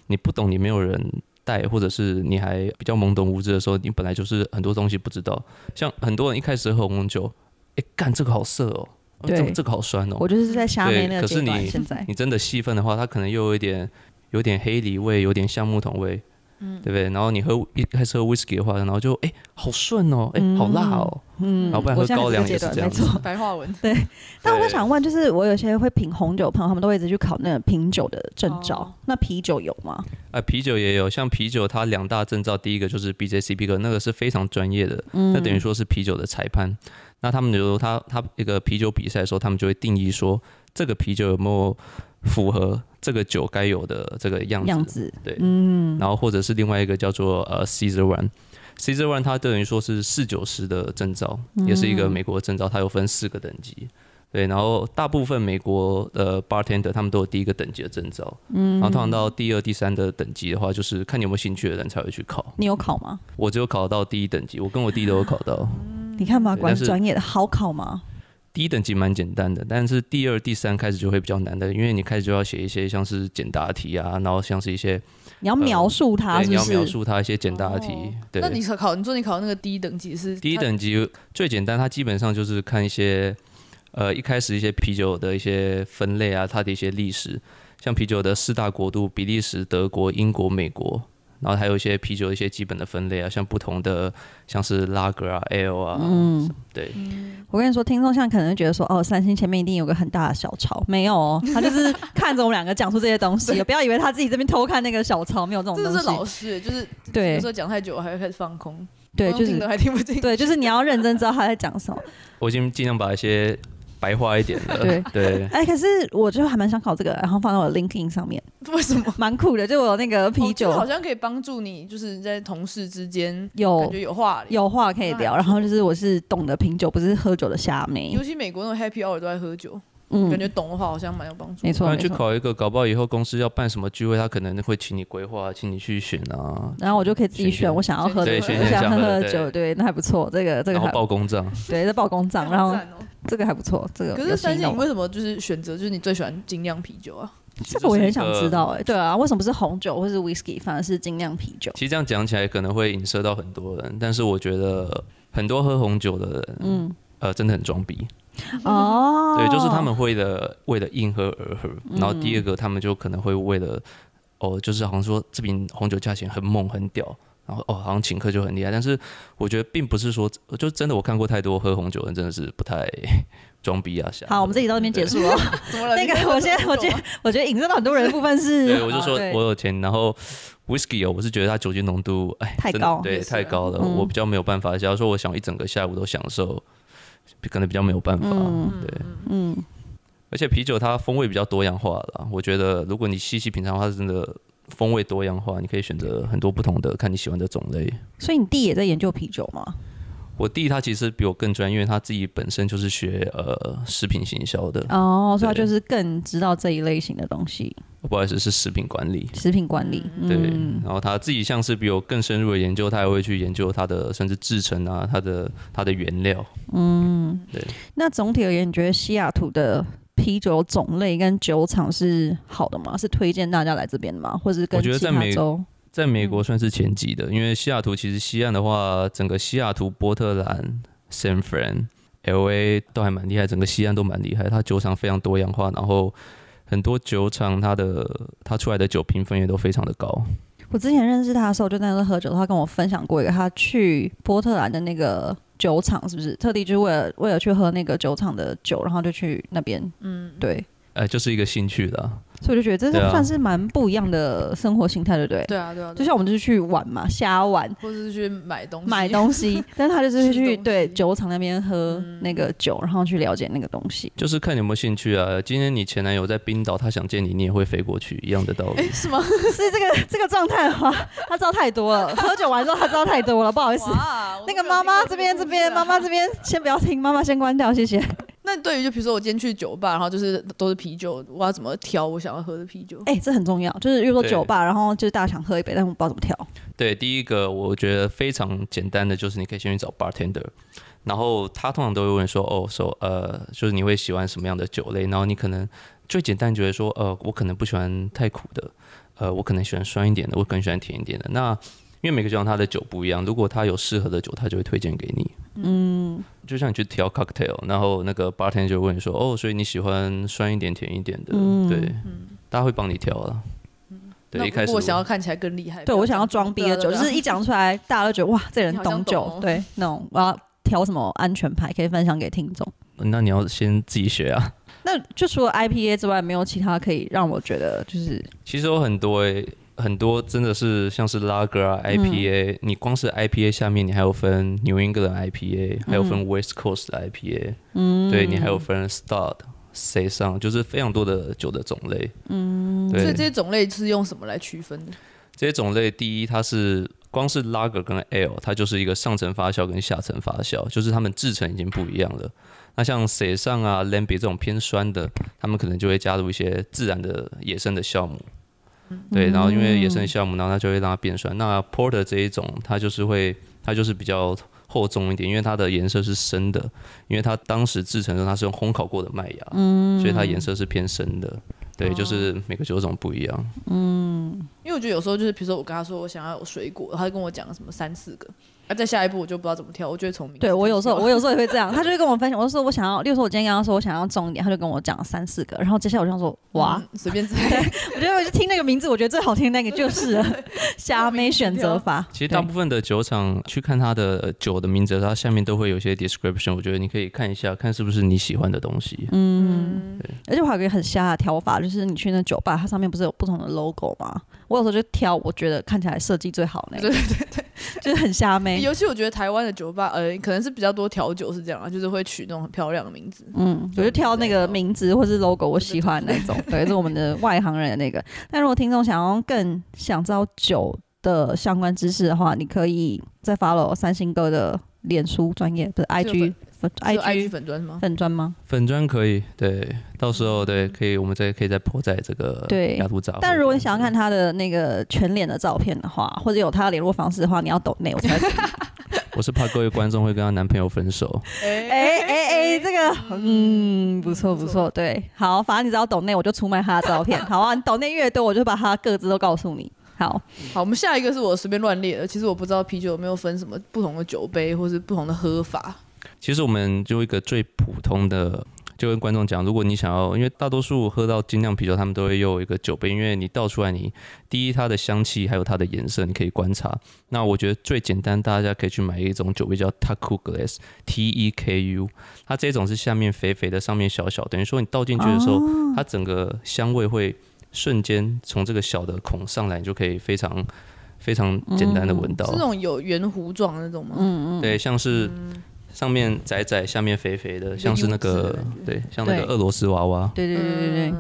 Speaker 2: 你不懂，你没有人。带，或者是你还比较懵懂无知的时候，你本来就是很多东西不知道。像很多人一开始喝红酒，诶，干这个好涩哦，哦
Speaker 1: 对
Speaker 2: 这个这个好酸哦
Speaker 1: 我。就是在下面那个
Speaker 2: 对可是
Speaker 1: 阶段，
Speaker 2: 你
Speaker 1: 现在
Speaker 2: 你真的细分的话，它可能又有一点有点黑梨味，有点橡木桶味，嗯，对不对？然后你喝一开始喝 whisky 的话，然后就诶，好顺哦，诶，好辣哦，
Speaker 1: 嗯
Speaker 2: 然后不然喝
Speaker 1: 我现在
Speaker 2: 高粱
Speaker 1: 这
Speaker 2: 也是
Speaker 1: 个
Speaker 2: 这
Speaker 1: 阶
Speaker 2: 样
Speaker 1: 段，没
Speaker 2: 子
Speaker 1: 错。
Speaker 3: 白话文，
Speaker 1: 但我会想问，就是我有些会品红酒的朋友，他们都会一直去考那个品酒的证照。
Speaker 3: 哦
Speaker 1: 那啤酒有吗？
Speaker 2: 啊，啤酒也有，像啤酒它两大证照，第一个就是 BJCP 哥，那个是非常专业的，
Speaker 1: 嗯
Speaker 2: 那等于说是啤酒的裁判。那他们有时候他他一个啤酒比赛的时候，他们就会定义说这个啤酒有没有符合这个酒该有的这个样子，
Speaker 1: 样子，
Speaker 2: 对，
Speaker 1: 嗯，
Speaker 2: 然后或者是另外一个叫做呃 Caesar One。Caesar One 它等于说是侍酒师的证照，也是一个美国证照，它有分四个等级。对，然后大部分美国的 bartender 他们都有第一个等级的证照，嗯，然后通常到第二、第三的等级的话，就是看你有没有兴趣的人才会去考。
Speaker 1: 你有考吗？
Speaker 2: 我只有考到第一等级，我跟我弟都有考到。
Speaker 3: 嗯
Speaker 1: 你看吧，
Speaker 2: 对
Speaker 1: 管
Speaker 2: 但是
Speaker 1: 专业的好考吗？
Speaker 2: 第一等级蛮简单的，但是第二、第三开始就会比较难的，因为你开始就要写一些像是简答题啊，然后像是一些
Speaker 1: 你要描述它
Speaker 2: 呃对
Speaker 1: 是
Speaker 2: 你
Speaker 1: 不
Speaker 2: 要
Speaker 1: 是？
Speaker 2: 描述它一些简答题。
Speaker 3: 哦
Speaker 2: 对，
Speaker 3: 那你考，你说你考那个低等级是
Speaker 2: 第一等级最简单，它基本上就是看一些，呃，一开始一些啤酒的一些分类啊，它的一些历史，像啤酒的四大国度，比利时、德国、英国、美国，然后还有一些啤酒的一些基本的分类啊，像不同的像是拉格啊、L 啊，
Speaker 1: 嗯，
Speaker 2: 对，
Speaker 1: 我跟你说，听众现在可能觉得说，哦，三星前面一定有个很大的小抄，没有哦，他就是 看着我们两个讲出这些东西，不要以为他自己这边偷看那个小抄，没有这种
Speaker 3: 这
Speaker 1: 东
Speaker 3: 是老
Speaker 1: 西。
Speaker 3: 师，欸就是
Speaker 1: 对
Speaker 3: 有时候讲太久，我还会开始放空，
Speaker 1: 对，
Speaker 3: 光
Speaker 1: 就
Speaker 3: 听
Speaker 1: 是
Speaker 3: 得还听不进。
Speaker 1: 对，就是你要认真知道他在讲什么。
Speaker 2: 我已经尽量把一些白话一点的，
Speaker 1: 对
Speaker 2: 对。
Speaker 1: 哎，可是我就还蛮想考这个，然后放到我的 LinkedIn 上面，
Speaker 3: 为什么？
Speaker 1: 蛮酷的。就我有那个啤酒
Speaker 3: 哦这好像可以帮助你，就是在同事之间感
Speaker 1: 有
Speaker 3: 觉有话
Speaker 1: 哦
Speaker 3: 聊。
Speaker 1: 有话可以聊，
Speaker 3: 那
Speaker 1: 然
Speaker 3: 还不错
Speaker 1: 后就是我是懂得品酒，不是喝酒的虾妹
Speaker 3: 尤。其美国那种 happy hour 都在喝酒，
Speaker 1: 嗯
Speaker 3: 感，觉懂的话好像蛮有帮助。
Speaker 1: 没错
Speaker 2: 不然
Speaker 1: 没
Speaker 2: 去
Speaker 1: 错。
Speaker 2: 考一个，搞不好以后公司要办什么聚会，他可能会请你规划，请你去选啊，
Speaker 1: 然后我就可以自己
Speaker 2: 选
Speaker 1: 选我想要喝的，
Speaker 3: 对
Speaker 1: 我
Speaker 3: 选你
Speaker 1: 想
Speaker 2: 想
Speaker 1: 喝
Speaker 2: 喝的
Speaker 1: 的酒，对，那还不错，这个这个
Speaker 2: 然后
Speaker 1: 还
Speaker 2: 报公账。
Speaker 1: 对，这爆公账，然后
Speaker 3: 好赞哦
Speaker 1: 这个还不错，这个
Speaker 3: 可
Speaker 1: 有
Speaker 3: 是
Speaker 1: 吸引
Speaker 3: 三星，
Speaker 1: 到
Speaker 3: 你
Speaker 1: 我
Speaker 3: 为什么就是选择就是你最喜欢精酿啤 酒啊？
Speaker 1: 这个我也很想知道
Speaker 2: 呃
Speaker 1: 哎、对啊，为什么不是红酒或是 whisky，反而是精酿啤 酒？
Speaker 2: 其实这样讲起来可能会影射到很多人，但是我觉得很多喝红酒的人，
Speaker 1: 嗯，
Speaker 2: 呃，真的很装逼。
Speaker 1: 哦，嗯
Speaker 2: 对，就是他们会的为了硬喝而喝，然后第二个他们就可能会为了，哦，就是好像说这瓶红酒价钱很猛很屌。然后哦，好像请客就很厉害，但是我觉得并不是说，就真的我看过太多喝红酒的人真的是不太 装逼啊。想
Speaker 1: 好，我们这里到这边结束 了。
Speaker 3: 怎么了？
Speaker 1: 那个
Speaker 3: 你喝
Speaker 1: 我先
Speaker 3: 酒吗
Speaker 1: 我先我觉得引申到很多人的部分是， 啊
Speaker 2: 对，我就说
Speaker 1: 哦对
Speaker 2: 我有钱，然后 whisky 哦，我是觉得它酒精浓度哎
Speaker 1: 太
Speaker 2: 真的
Speaker 1: 高
Speaker 2: 对，
Speaker 3: 也是啊
Speaker 2: 太高了，
Speaker 1: 嗯
Speaker 2: 我比较没有办法。假如说我想一整个下午都享受，可能比较没有办法。
Speaker 1: 嗯
Speaker 2: 对，
Speaker 1: 嗯，
Speaker 2: 而且啤酒它风味比较多样化了，我觉得如果你细细品尝的话，它真的风味多样化，你可以选择很多不同的，看你喜欢的种类。
Speaker 1: 所以你弟也在研究啤酒吗？
Speaker 2: 我弟他其实比我更专业，因为他自己本身就是学呃食品行销的，
Speaker 1: 哦，所以他
Speaker 2: 对
Speaker 1: 就是更知道这一类型的东西，
Speaker 2: 不好意思，是食品管理。
Speaker 1: 食品管理。嗯、
Speaker 2: 对，然后他自己像是比我更深入的研究，他还会去研究它的甚至制成啊，它的它的原料。
Speaker 1: 那总体而言，你觉得西雅图的啤酒种类跟酒厂是好的吗？是推荐大家来这边的吗？或者是跟
Speaker 2: 我觉得
Speaker 1: 其
Speaker 2: 在
Speaker 1: 他
Speaker 2: 美
Speaker 1: 州？
Speaker 2: 在美国算是前几的，因为西雅图其实西岸的话，整个西雅图、波特兰、San Fran、L A 都还蛮厉害，整个西岸都蛮厉害。它酒厂非常多样化，然后很多酒厂它的它出来的酒评分也都非常的高。
Speaker 1: 我之前认识他的时候，就在那喝酒，他跟我分享过一个，他去波特兰的那个酒厂，是不是特地就为了为了去喝那个酒厂的酒，然后就去那边，
Speaker 3: 嗯，
Speaker 1: 对，
Speaker 2: 呃，就是一个兴趣啦。
Speaker 1: 所以我就觉得这
Speaker 2: 对
Speaker 1: 是
Speaker 2: 啊
Speaker 1: 算是蛮不一样的生活形态，对不对？
Speaker 3: 对啊对啊，对啊
Speaker 1: 就像我们就是去玩嘛，瞎玩。
Speaker 3: 或者是去买东西，
Speaker 1: 买东 西，嗯但是他就是会
Speaker 3: 吃东
Speaker 1: 去
Speaker 3: 西
Speaker 1: 对酒厂那边喝那个酒，然后去了解那个东西。
Speaker 2: 就是看你有没有兴趣啊。今天你前男友在冰岛，他想见你，你也会飞过去，一样的道 理。
Speaker 3: 是 吗？
Speaker 1: 是这个这个状态吗？他知道太多 了，喝酒完之后他知道太多了，不好意思。
Speaker 3: 哇
Speaker 1: 那个妈妈这边这边，妈妈。
Speaker 3: 我都没有听
Speaker 1: 这
Speaker 3: 过个故事啊
Speaker 1: 边先不要听，妈妈先关掉，谢谢。
Speaker 3: 那对于就比如说我今天去酒吧，然后就是都是啤酒，我要怎么挑我想要喝的啤酒？
Speaker 1: 哎、这很重要，就是如果
Speaker 2: 对
Speaker 1: 酒吧，然后就是大家想喝一杯，但我不知道怎么调。
Speaker 2: 对，第一个我觉得非常简单的就是你可以先去找 bartender，然后他通常都会问说，哦，说呃，就是你会喜欢什么样的酒类？然后你可能最简单觉得说，呃，我可能不喜欢太苦的，呃，我可能喜欢酸一点的，我可能喜欢甜一点的。那因为每个地方它的酒不一样，如果他有适合的酒，他就会推荐给你。
Speaker 1: 嗯，
Speaker 2: 就像你去调 cocktail，然后那个 bartender 就问你说，哦，所以你喜欢酸一点、甜一点的，
Speaker 1: 嗯
Speaker 2: 对，大家会帮你调了。
Speaker 3: 嗯那
Speaker 2: 对，一
Speaker 3: 如
Speaker 2: 开始
Speaker 3: 果我想要看起来更厉害，
Speaker 1: 对我想要装逼的酒，
Speaker 3: 对啊
Speaker 1: 就
Speaker 3: 对啊
Speaker 1: 是一讲出来，大家都觉得哇，这人
Speaker 3: 你好像
Speaker 1: 懂
Speaker 3: 懂
Speaker 1: 酒，
Speaker 3: 哦
Speaker 1: 对，那种我要调什么安全牌可以分享给听众。
Speaker 2: 那你要先自己学啊。
Speaker 1: 那就除了 IPA 之外，没有其他可以让我觉得就是
Speaker 2: 其实有很多诶、很多真的是像是拉格啊、
Speaker 1: 嗯
Speaker 2: IPA，、你光是 IPA 下面你还有分 New England IPA，还有分 West Coast 的 IPA，
Speaker 1: 嗯，
Speaker 2: 对你还有分 Stout、谁上，就是非常多的酒的种类。嗯，
Speaker 3: 所
Speaker 2: 对
Speaker 3: 以，这些种类是用什么来区分的？
Speaker 2: 这些种类第一它是。光是拉格跟 ale，它就是一个上层发酵跟下层发酵，就是它们制成已经不一样了。那像水上啊、lambi 这种偏酸的，他们可能就会加入一些自然的野生的酵母，对，然后因为野生的酵母，然后它就会让它变酸。那 porter 这一种，它就是会，它就是比较厚重一点，因为它的颜色是深的，因为它当时制成的时候它是用烘烤过的麦芽，所以它颜色是偏深的。对，就是每个酒种不一样。
Speaker 3: 因为我觉得有时候就是，比如说我跟他说我想要有水果，然后他跟我讲什么三四个，那、再下一步我就不知道怎么挑，我就会从名字
Speaker 1: 对我 有时候
Speaker 3: 开始
Speaker 1: 我有时候也会这样，他就会跟我分享，我就说我想要，例如说我今天跟他说我想要重一点，他就跟我讲三四个，然后接下来我就想说
Speaker 3: 挑
Speaker 1: 哇，
Speaker 3: 嗯随、便猜，
Speaker 1: 我觉得我就听那个名字，我觉得最好听的那个就是了虾妹选择法。
Speaker 2: 其实大部分的酒厂去看它的呃酒的名字，它下面都会有一些 description，我觉得你可以看一下，看是不是你喜欢的东西。
Speaker 1: 嗯，而且我还有一个很瞎的挑法，就是你去那酒吧，它上面不是有不同的 logo 吗？我有时候就挑我觉得看起来设计最好那
Speaker 3: 对
Speaker 1: 个，
Speaker 3: 对对
Speaker 1: 就是很虾 妹。
Speaker 3: 尤其我觉得台湾的酒吧，呃，可能是比较多调酒是这样啊，就是会取那种很漂亮的名字。
Speaker 1: 嗯，我就挑那个名字或是 logo 我喜欢的那种，对，是我们的外行人的那个。但如果听众想要更想知道酒的相关知识的话，你可以再 follow 三星哥的脸书专业，不是 IG 粉
Speaker 3: 是 IG
Speaker 1: IG
Speaker 3: 粉砖吗？
Speaker 1: 粉砖吗？
Speaker 2: 粉砖可以，对，到时候对，可以，我们再可以再泼在这个
Speaker 1: 对
Speaker 2: 雅图杂货。
Speaker 1: 但如果你想要看，他的那个全脸的照片的话，或者有他的联络方式的话，你要抖内我才 会。
Speaker 2: 我是怕各位观众会跟她男朋友分手。
Speaker 3: 哎
Speaker 1: 哎哎哎，这个嗯不错不错，对，好，反正你只要抖内我就出卖他的照片，好啊，你抖内越多，我就把他各自都告诉你。好，
Speaker 3: 好，我们下一个是我随便乱列的。其实我不知道啤酒有没有分什么不同的酒杯，或是不同的喝法。
Speaker 2: 其实我们就一个最普通的，就跟观众讲，如果你想要，因为大多数喝到精酿啤酒，他们都会用一个酒杯，因为你倒出来你，第一它的香气还有它的颜色，你可以观察。那我觉得最简单，大家可以去买一种酒杯叫 Taku Glass（T E K U），它这种是下面肥肥的，上面小小，等于说你倒进去的时候，它整个香味会瞬间从这个小的孔上来，你就可以非常非常简单的闻到。
Speaker 3: 是那种有圆弧状的那种吗？嗯，
Speaker 2: 对，像是上面窄窄，下面肥肥的，像是那
Speaker 3: 柚子
Speaker 2: 个
Speaker 3: 的
Speaker 2: 对，像那
Speaker 1: 对
Speaker 2: 个俄罗斯娃娃，
Speaker 1: 对对对对对。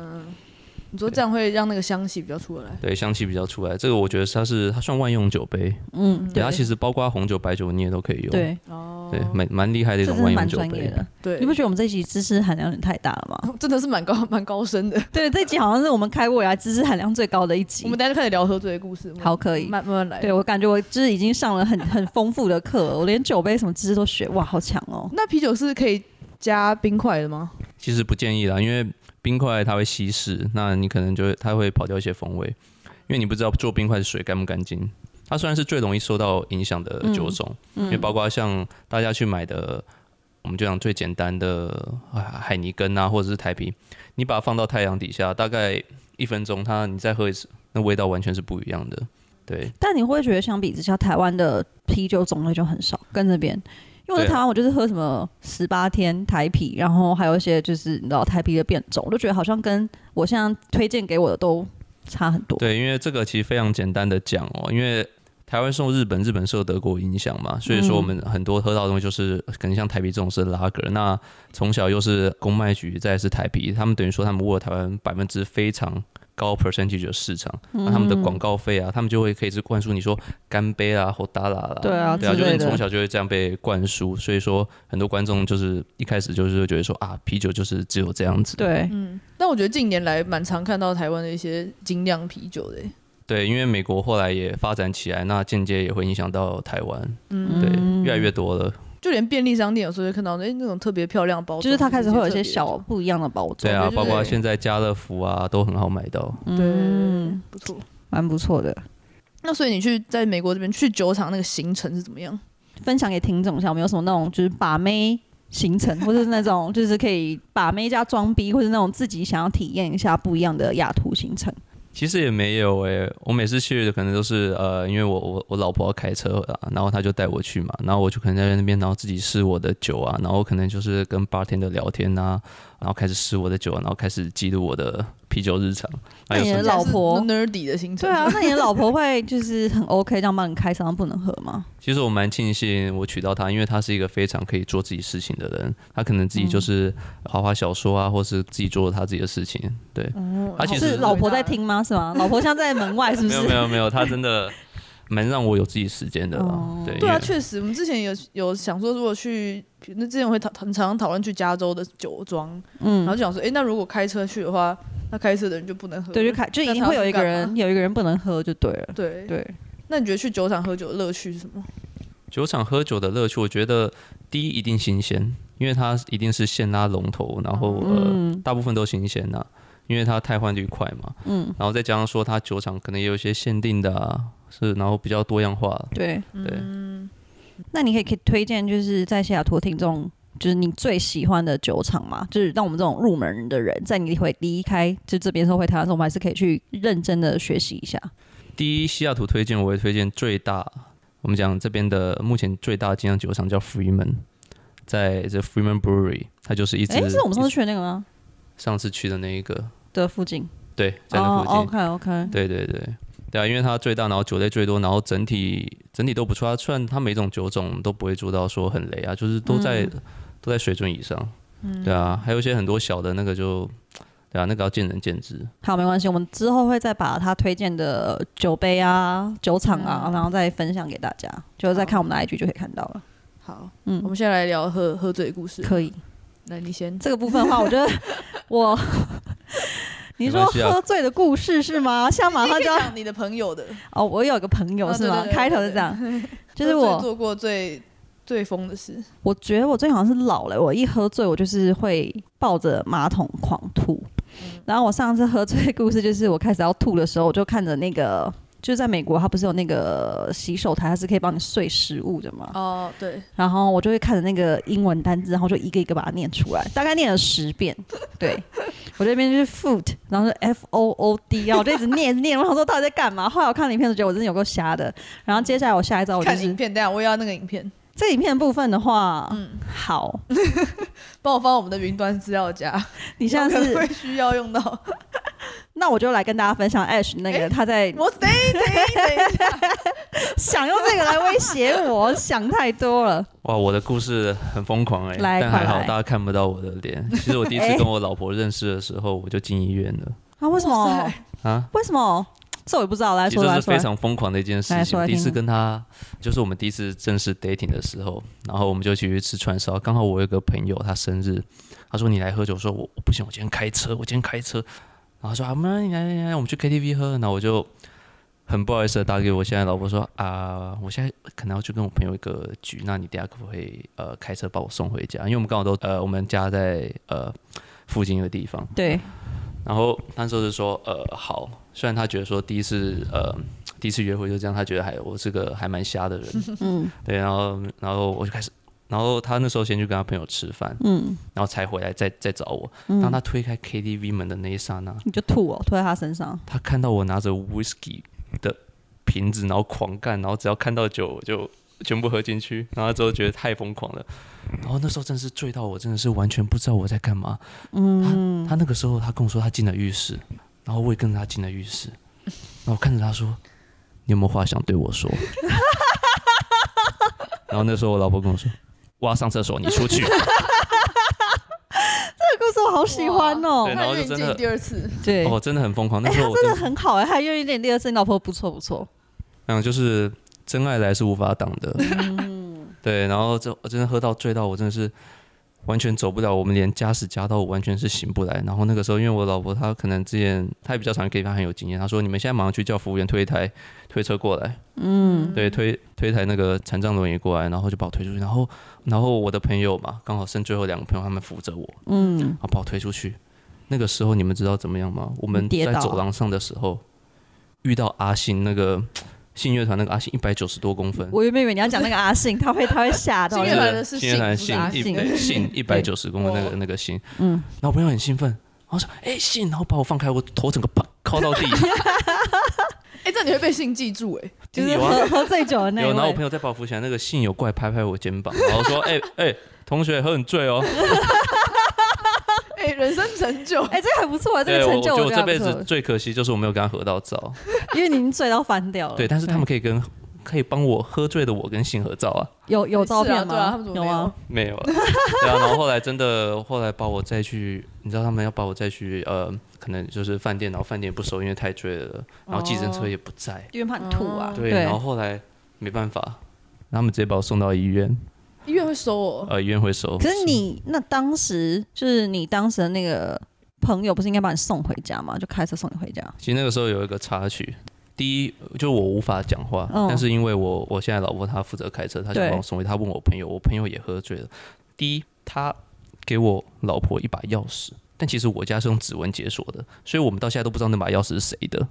Speaker 3: 你说这样会让那个香气比较出来。
Speaker 2: 对，香气比较出来。这个我觉得它是它算万用酒杯，
Speaker 1: 嗯，
Speaker 2: 对，它其实包括红酒、白酒你也都可以用，对，
Speaker 1: 对，
Speaker 3: 哦，
Speaker 2: 蛮蛮厉害的一
Speaker 1: 这
Speaker 2: 种
Speaker 1: 真的
Speaker 2: 万用
Speaker 1: 蛮
Speaker 2: 酒
Speaker 1: 专业
Speaker 2: 杯。
Speaker 1: 的。
Speaker 3: 对，
Speaker 1: 你不觉得我们这一集知识含量有点太大了 吗？
Speaker 3: 真的是蛮高蛮高深的。
Speaker 1: 对，这一集好像是我们开过以来知识含量最高的一集。
Speaker 3: 我们大家开始聊喝醉的故事。
Speaker 1: 好，可以。
Speaker 3: 慢慢慢来。
Speaker 1: 对我感觉我就是已经上了很很丰富的课了，我连酒杯什么知识都学，哇，好强哦！
Speaker 3: 那啤酒是可以加冰块的吗？
Speaker 2: 其实不建议啦，因为冰块它会稀释，那你可能就会它会跑掉一些风味，因为你不知道做冰块的水干不干净。它虽然是最容易受到影响的酒种，因为包括像大家去买的，我们就讲最简单的啊海尼根啊，或者是台啤，你把它放到太阳底下，大概一分钟，它你再喝一次，那味道完全是不一样的。对，
Speaker 1: 但你会不会觉得相比之下，台湾的啤酒种类就很少，跟这边，因为我在
Speaker 2: 对啊
Speaker 1: 台湾我就是喝什么十八天台啤，然后还有一些就是你知道台啤的变种，我就觉得好像跟我现在推荐给我的都差很多。
Speaker 2: 对，因为这个其实非常简单的讲哦，因为台湾受日本，日本受德国影响嘛，所以
Speaker 1: 嗯
Speaker 2: 说我们很多喝到的东西就是可能像台啤这种是拉格，那从小又是公卖局，再来是台啤，他们等于说他们握了台湾百分之非常高 percentage 的市场，那他们的
Speaker 1: 嗯
Speaker 2: 广告费啊，他们就会可以是灌输你说干杯啊或打啦啦，
Speaker 1: 对啊，
Speaker 2: 对啊，
Speaker 1: 之
Speaker 2: 就是
Speaker 1: 类
Speaker 2: 你
Speaker 1: 的
Speaker 2: 从小就会这样被灌输，所以说很多观众就是一开始就是会觉得说啊，啤酒就是只有这样子。
Speaker 1: 对，
Speaker 3: 嗯，但我觉得近年来蛮常看到台湾的一些精酿啤酒的欸，
Speaker 2: 对，因为美国后来也发展起来，那间接也会影响到台湾，对，
Speaker 1: 嗯
Speaker 2: 越来越多了。
Speaker 3: 就连便利商店有时候会看到，哎、那种特别漂亮的包装，
Speaker 1: 就是它开始会有一
Speaker 3: 特别
Speaker 1: 些
Speaker 3: 的
Speaker 1: 小不一样的包
Speaker 2: 对
Speaker 1: 装，
Speaker 2: 啊，
Speaker 3: 对
Speaker 2: 包括
Speaker 3: 对
Speaker 2: 现在家乐福啊都很好买到。
Speaker 3: 对，对对对
Speaker 1: 嗯，
Speaker 3: 不错。
Speaker 1: 蛮不错的。
Speaker 3: 那所以你去在美国这边去酒厂那个行程是怎么样？
Speaker 1: 分享给听众一下，有没有什么那种就是把妹行程，或者是那种就是可以把妹加装逼，或者那种自己想要体验一下不一样的雅图行程？
Speaker 2: 其实也没有诶、我每次去的可能都是呃，因为我我我老婆要开车啊，然后她就带我去嘛，然后我就可能在那边，然后自己试我的酒啊，然后可能就是跟 bartender 聊天啊，然后开始试我的酒啊，然后开始记录我的啤酒日常。
Speaker 1: 那
Speaker 2: 还有
Speaker 1: 哎你
Speaker 2: 什
Speaker 1: 的
Speaker 2: 么
Speaker 1: 老婆
Speaker 3: 是 nerdy 的行程，
Speaker 1: 对 啊，那你的老婆会就是很 OK 这样帮你开商不能喝吗？
Speaker 2: 其实我蛮庆幸我娶到她，因为她是一个非常可以做自己事情的人，她可能自己就是画画小说啊，或是自己做她自己的事情。对，
Speaker 1: 嗯
Speaker 3: 哦，
Speaker 2: 她其实
Speaker 1: 是老婆在听吗？是吗？老婆像在门外是不
Speaker 2: 没有
Speaker 1: 是？
Speaker 2: 没有没有，她真的蛮让我有自己时间的啦。
Speaker 1: 哦
Speaker 2: 对，
Speaker 3: 对
Speaker 2: 因
Speaker 3: 啊，
Speaker 2: 为
Speaker 3: 确实，我们之前有有想说，如果去那之前会讨很常讨论去加州的酒庄，
Speaker 1: 嗯
Speaker 3: 然后就想说，哎、那如果开车去的话，那开车的人就不能喝，
Speaker 1: 对，就开就一定会有一个人有一个人不能喝就对了。
Speaker 3: 对。
Speaker 1: 对，
Speaker 3: 那你觉得去酒厂喝酒的乐趣是什么？
Speaker 2: 酒厂喝酒的乐趣，我觉得第一一定新鲜，因为它一定是现拉龙头，然后呃、
Speaker 1: 嗯
Speaker 2: 大部分都新鲜呐、因为它汰换率快嘛，
Speaker 1: 嗯，
Speaker 2: 然后再加上说它酒厂可能也有一些限定的啊，是然后比较多样化，
Speaker 1: 对。
Speaker 2: 对，
Speaker 1: 嗯那你可以可以推荐就是在西雅图听众，就是你最喜欢的酒厂嘛？就是让我们这种入门的人，在你会离开就这边的时候回台湾的时候，我们还是可以去认真的学习一下。
Speaker 2: 第一西雅图推荐我会推荐最大，我们讲这边的目前最大的精酿酒厂叫 Freeman，在这 Freeman Brewery，它就是一直、
Speaker 1: 哎、是我们上次去的那个吗？
Speaker 2: 上次去的那一个，
Speaker 1: 的附近。
Speaker 2: 对，在那附近。
Speaker 1: 哦，OK OK，
Speaker 2: 对对对，对啊，因为它最大，然后酒类最多，然后整体整体都不错。它虽然它每种酒种都不会做到说很雷啊，就是都在、
Speaker 1: 嗯
Speaker 2: 都在水准以上。对啊，还有一些很多小的那个就，对啊，那个要见仁见智。
Speaker 1: 好，没关系，我们之后会再把他推荐的酒杯啊、酒厂啊，然后再分享给大家，就再看我们的 IG 就可以看到了。
Speaker 3: 好，
Speaker 1: 嗯
Speaker 3: 我们现在来聊喝喝醉的故事。
Speaker 1: 可以，
Speaker 3: 来，你先。
Speaker 1: 这个部分的话，我觉得我。 你说
Speaker 2: 没关系啊
Speaker 1: 喝醉的故事是吗？像马上就要
Speaker 3: 讲你的朋友的，
Speaker 1: 哦，我有个朋友
Speaker 3: 啊
Speaker 1: 是吗
Speaker 3: 对对对？对
Speaker 1: 开头是这样， 就是
Speaker 3: 喝醉
Speaker 1: 我，
Speaker 3: 做过最最疯的事，
Speaker 1: 我觉得我最好像是老了，我一喝醉，我就是会抱着马桶狂吐。
Speaker 3: 嗯
Speaker 1: 然后我上次喝醉的故事就是，我开始要吐的时候，我就看着那个，就是在美国，它不是有那个洗手台，它是可以帮你碎食物的嘛。
Speaker 3: 哦，对，
Speaker 1: 然后我就会看着那个英文单字，然后就一个一个把它念出来，大概念了十遍。对，我这边就是 food，然后是 f o o d，然后我就一直念念，我想说到底在干嘛？后来我看了影片，就觉得我真的有够瞎的。然后接下来我下一招，我就
Speaker 3: 哦看影
Speaker 1: 是
Speaker 3: 片，等一下我也要那个影片，
Speaker 1: 这影片的部分的话，嗯，好，
Speaker 3: 帮我放我们的云端资料夹，
Speaker 1: 你现在
Speaker 3: 我可能
Speaker 1: 是，
Speaker 3: 会需要用 到。
Speaker 1: 那我就来跟大家分享 Ash 那个
Speaker 3: 诶
Speaker 1: 他在
Speaker 3: 我等一等一等一下，
Speaker 1: 想用这个来威胁 我，想太多了。
Speaker 2: 哇，我的故事很疯狂哎、
Speaker 1: 来
Speaker 2: 但还
Speaker 1: 快
Speaker 2: 好
Speaker 1: 来哎
Speaker 2: 大家看不到我的脸。其实我第一次跟我老婆认识的时候，我就进医院了
Speaker 1: 啊，为什么？
Speaker 3: 哇塞
Speaker 2: 啊。
Speaker 1: 为什么？这我也不知道，来
Speaker 2: 其
Speaker 1: 说
Speaker 2: 实这
Speaker 1: 来
Speaker 2: 是
Speaker 1: 说
Speaker 2: 非
Speaker 1: 来。
Speaker 2: 常疯狂的一件事
Speaker 1: 来
Speaker 2: 情。
Speaker 1: 说来
Speaker 2: 第一次
Speaker 1: 听听
Speaker 2: 跟他，就是我们第一次正式 dating 的时候，然后我们就一起去吃串烧。刚好我有一个朋友，他生日，他说你来喝酒，我说我我不行，我今天开车，我今天开车。然后他说啊，妈，你来来来，我们去 KTV 喝。然后我就很不好意思的打给我现在老婆说啊，我现在可能要去跟我朋友一个局，那你等下可不可以呃开车把我送回家？因为我们刚好都呃我们家在呃附近一个地方。
Speaker 1: 对，
Speaker 2: 然后那时候就说，呃，好，虽然他觉得说第一次，呃，第一次约会就这样，他觉得还我是个还蛮瞎的人，
Speaker 1: 嗯
Speaker 2: 对，然后然后我就开始，然后他那时候先去跟他朋友吃饭，
Speaker 1: 嗯
Speaker 2: 然后才回来再再找我。当
Speaker 1: 嗯，
Speaker 2: 他推开 KTV 门的那一刹那，
Speaker 1: 你就吐哦，吐在他身上。
Speaker 2: 他看到我拿着 whisky 的瓶子，然后狂干，然后只要看到酒我就全部喝进去，然后之后觉得太疯狂了，然后那时候真的是醉到我真的是完全不知道我在干嘛。嗯，他他那个时候他跟我说他进了浴室，然后我也跟着他进了浴室，然后我看着他说：“你有没有话想对我说？” 然后那时候我老婆跟我说：“我要上厕所，你出去。
Speaker 1: 这个故事我好喜欢哦、
Speaker 2: 对然
Speaker 3: 他
Speaker 2: 后就
Speaker 3: 愿意
Speaker 2: 真
Speaker 3: 进
Speaker 2: 的
Speaker 3: 第二次，
Speaker 1: 对，
Speaker 2: 哦，真的很疯狂。那时候我
Speaker 1: 真
Speaker 2: 真
Speaker 1: 的很好哎、他还愿意练第二次，你老婆不错不错。
Speaker 2: 嗯，就是真爱来是无法挡的， 对。然后这我真的喝到醉到我真的是完全走不了，我们连加时加到我完全是醒不来。然后那个时候，因为我老婆她可能之前她也比较常给她很有经验，她说你们现在马上去叫服务员推一台推车过来，
Speaker 1: 嗯，
Speaker 2: 对，推推一台那个残障轮椅过来，然后就把我推出去。然后然后我的朋友嘛，刚好剩最后两个朋友，他们扶着我，
Speaker 1: 嗯，
Speaker 2: 然啊后把我推出去。那个时候你们知道怎么样吗？我们
Speaker 1: 跌
Speaker 2: 在
Speaker 1: 倒
Speaker 2: 走廊上的时候遇到阿信那个信乐团那个阿信一百九十多公分，
Speaker 1: 我原本以为你要讲那个阿信，他会他会吓到
Speaker 3: 信
Speaker 2: 就
Speaker 3: 乐
Speaker 1: 人。
Speaker 3: 团的是
Speaker 2: 信乐团
Speaker 3: 信
Speaker 2: 信
Speaker 3: 不是
Speaker 1: 阿信
Speaker 2: 一对信一百九十公分那个那个信，嗯，然后我朋友很兴奋，然后说哎信，然后把我放开，我头整个啪靠到 地，
Speaker 3: 哎，这你会被信记住哎，
Speaker 1: 就是
Speaker 2: 有啊
Speaker 1: 喝喝醉酒的那一
Speaker 2: 有，然后我
Speaker 1: 位
Speaker 2: 朋，友再把我扶起来，那个信友过来拍拍我肩膀，然后说哎哎同学喝很醉哦，
Speaker 3: 哎，人生成 就，
Speaker 1: 哎、这个还不错啊，这哦
Speaker 2: 对，
Speaker 1: 个成就
Speaker 2: 我我觉得
Speaker 1: 觉得
Speaker 2: 我这
Speaker 1: 还不
Speaker 2: 辈
Speaker 1: 错
Speaker 2: 子最可惜就是我没有跟他合到照，
Speaker 1: 因为你已经醉到翻掉了。
Speaker 2: 对，但是他们可以跟可以帮我喝醉的我跟信合照啊。
Speaker 1: 有有照片
Speaker 3: 是啊
Speaker 1: 吗？
Speaker 3: 对啊他们怎么
Speaker 1: 有
Speaker 3: 没有
Speaker 1: 啊，
Speaker 2: 没有了， 对啊，然后后来真的，后来把我再去，你知道他们要把我再去，呃，可能就是饭店，然后饭店也不收，因为太醉了，然后计程车也不在，
Speaker 1: 因为怕你吐啊。
Speaker 2: 哦对，然后后来没办法，他们直接把我送到医院，
Speaker 3: 医院会收我，
Speaker 2: 呃，医院会收，
Speaker 1: 可是你那当时就是你当时的那个朋友，不是应该把你送回家吗？就开车送你回家。
Speaker 2: 其实那个时候有一个插曲，第一就我无法讲话，
Speaker 1: 嗯
Speaker 2: 但是因为我我现在老婆她负责开车，她想
Speaker 1: 对
Speaker 2: 帮我送回，她问我朋友，我朋友也喝醉了。第一，她给我老婆一把钥匙，但其实我家是用指纹解锁的，所以我们到现在都不知道那把钥匙是谁 的。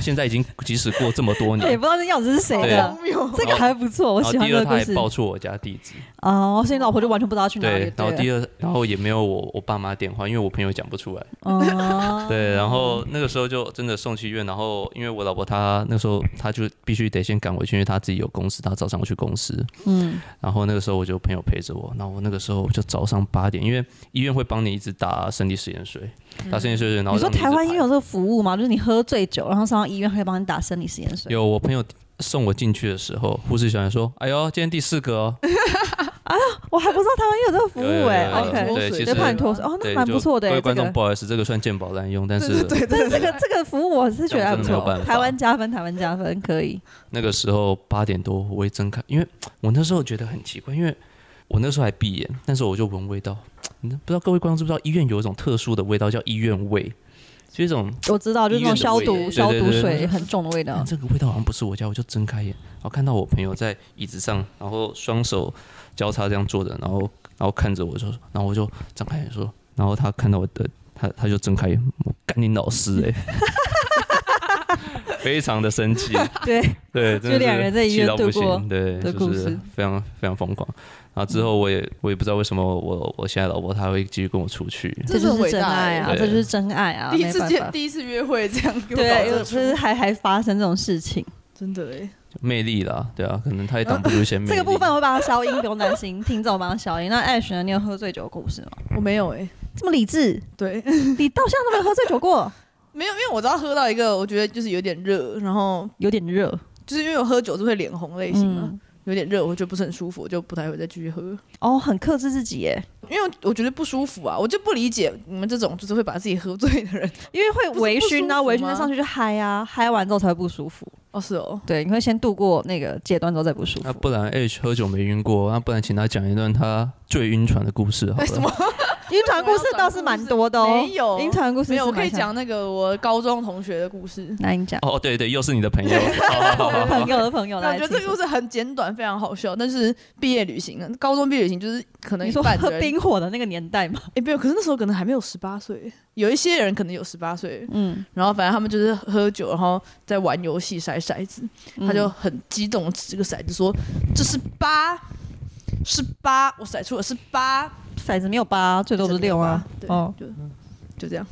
Speaker 2: 现在已经即使过这么多
Speaker 1: 也
Speaker 2: 年，
Speaker 1: 不知道那钥匙是谁
Speaker 2: 嗯
Speaker 1: 啊
Speaker 2: 对
Speaker 1: 的
Speaker 3: 荒，谬，
Speaker 1: 这个还不错，我
Speaker 2: 然后
Speaker 1: 喜欢
Speaker 2: 第
Speaker 1: 这
Speaker 2: 二
Speaker 1: 个故
Speaker 2: 她还
Speaker 1: 事。
Speaker 2: 报错我家地址，
Speaker 1: 哦，所以你老婆就完全不知道去哪里
Speaker 2: 对
Speaker 1: 了。，
Speaker 2: 然后
Speaker 1: 对
Speaker 2: 第二，然后也没有我我爸妈电话，因为我朋友讲不出来。
Speaker 1: 哦，
Speaker 2: 对，然后那个时候就真的送去医院，然后因为我老婆她那时候她就必须得先赶回去，因为她自己有公司，她早上要去公司。
Speaker 1: 嗯，
Speaker 2: 然后那个时候我就朋友陪着我，那我那个时候就早上八点，因为医院会帮你一直打生理实验水，打生理实验水，然后
Speaker 1: 你说
Speaker 2: 让一直
Speaker 1: 台湾
Speaker 2: 排
Speaker 1: 也有这个服务吗？就是你喝醉酒，然后上到医院，他会帮你打生理实验水。
Speaker 2: 有我朋友送我进去的时候，护士小姐说：“哎呦，今天第四个哦。
Speaker 1: 我还不知道台湾也有这个服务哎
Speaker 2: 有有有
Speaker 3: 有
Speaker 1: ，OK，
Speaker 2: 对，其
Speaker 3: 水
Speaker 2: 实
Speaker 1: 就怕你脱水哦，那
Speaker 2: 对，
Speaker 1: 蛮
Speaker 2: 就
Speaker 1: 不错的
Speaker 2: 各
Speaker 1: 哎，
Speaker 2: 位
Speaker 1: 这
Speaker 2: 观众，
Speaker 1: 个。
Speaker 2: 不好意思，这个算鉴宝滥用，但是
Speaker 3: 对
Speaker 1: 但
Speaker 3: 对
Speaker 1: 是这
Speaker 3: 对，
Speaker 1: 个这个服务我是觉得还不
Speaker 2: 这样真的没有
Speaker 1: 错
Speaker 2: 办，法
Speaker 1: 台湾加分，台湾加分可以。
Speaker 2: 那个时候八点多，我会睁开，因为我那时候觉得很奇怪，因为我那时候还闭眼，但是我就闻味道。你知不知道各位观众知不知道医院有一种特殊的味道叫医院味，就一种
Speaker 1: 我知道，就是那种消
Speaker 2: 医院的
Speaker 1: 毒
Speaker 2: 味
Speaker 1: 消
Speaker 2: 对对
Speaker 1: 毒
Speaker 2: 对
Speaker 1: 水很重的味道
Speaker 2: 啊，。这个味道好像不是我家，我就睁开眼，然后看到我朋友在椅子上，然后双手交叉这样坐着，然后然后看着我就，然后我就张开眼说，然后他看到我的，他他就睁开眼，我干你老师哎、 非常的生气，
Speaker 1: 对，
Speaker 2: 对，真的是
Speaker 1: 两人在医院
Speaker 2: 气到不
Speaker 1: 度过
Speaker 2: 行对，
Speaker 1: 的
Speaker 2: 就
Speaker 1: 故
Speaker 2: 是
Speaker 1: 事
Speaker 2: 非常非常疯狂。然后之后我也我也不知道为什么我我现在老婆她会继续跟我出去，
Speaker 1: 这
Speaker 3: 是
Speaker 1: 就
Speaker 3: 很
Speaker 1: 是
Speaker 3: 伟
Speaker 1: 真
Speaker 3: 大
Speaker 1: 爱啊，
Speaker 3: 哎
Speaker 1: 这
Speaker 2: 对
Speaker 1: 就是真爱啊，
Speaker 3: 第一
Speaker 1: 没
Speaker 3: 次
Speaker 1: 办
Speaker 3: 见
Speaker 1: 法。
Speaker 3: 第一次约会这样给我
Speaker 1: 对，
Speaker 3: 导
Speaker 1: 有
Speaker 3: 致出
Speaker 1: 就是还还发生这种事情，
Speaker 3: 真的哎，
Speaker 2: 魅力啦，对啊，可能她也挡不住一些魅 力。
Speaker 1: 这个部分我会把它消音，不用担心，听众帮它消音。那 Ash 呢？你有喝醉酒的故事吗？
Speaker 3: 我没有哎，
Speaker 1: 这么理智，
Speaker 3: 对，
Speaker 1: 你到现在都没有喝醉酒过，
Speaker 3: 没有，因为我知道喝到一个，我觉得就是有点热，然后
Speaker 1: 有点热。
Speaker 3: 就是因为我喝酒是会脸红类型嘛，
Speaker 1: 嗯，
Speaker 3: 有点热，我就不是很舒服，我就不太会再继续喝，
Speaker 1: 哦，很克制自己耶，
Speaker 3: 因为我觉得不舒服啊，我就不理解你们这种就是会把自己喝醉的人。
Speaker 1: 因为会微
Speaker 3: 不是不舒
Speaker 1: 醺
Speaker 3: 服
Speaker 1: 啊，
Speaker 3: 吗
Speaker 1: 微醺再上去就嗨啊，嗨完之后才会不舒服。
Speaker 3: 哦，是哦，
Speaker 1: 对，你会先度过那个阶段之后再不舒
Speaker 3: 啊
Speaker 2: 那
Speaker 1: 服。
Speaker 2: 不然 H 喝酒没晕过，那不然请他讲一段他最晕船的故事好
Speaker 3: 为什么
Speaker 2: 了。？
Speaker 1: 晕船故事倒是蛮多的哦，
Speaker 3: 没有
Speaker 1: 晕船故事
Speaker 3: 没有，
Speaker 1: 是
Speaker 3: 我可以
Speaker 1: 蛮像，
Speaker 3: 讲那个我高中同学的故事。
Speaker 1: 那你讲，
Speaker 2: 哦，对对，又是你的朋友，好好好好
Speaker 1: 朋
Speaker 2: 好
Speaker 1: 友的朋友
Speaker 3: 那我
Speaker 1: 来
Speaker 3: 觉
Speaker 1: 听听，
Speaker 3: 得这个故事很简短，非常好笑。但是毕业旅行呢，高中毕业旅行就是可能
Speaker 1: 你
Speaker 3: 一
Speaker 1: 说
Speaker 3: 半
Speaker 1: 喝
Speaker 3: 的人，
Speaker 1: 冰火的那个年代吗？
Speaker 3: 哎、没有，可是那时候可能还没有十八岁，有一些人可能有十八岁，
Speaker 1: 嗯，
Speaker 3: 然后反正他们就是喝酒，然后在玩游戏骰骰子，
Speaker 1: 嗯
Speaker 3: 他就很激动地指这个骰子说：“这是八，是八，我骰出了是八，
Speaker 1: 骰子没有八，最多不是六啊。
Speaker 3: 对，
Speaker 1: 哦
Speaker 3: 就就这样。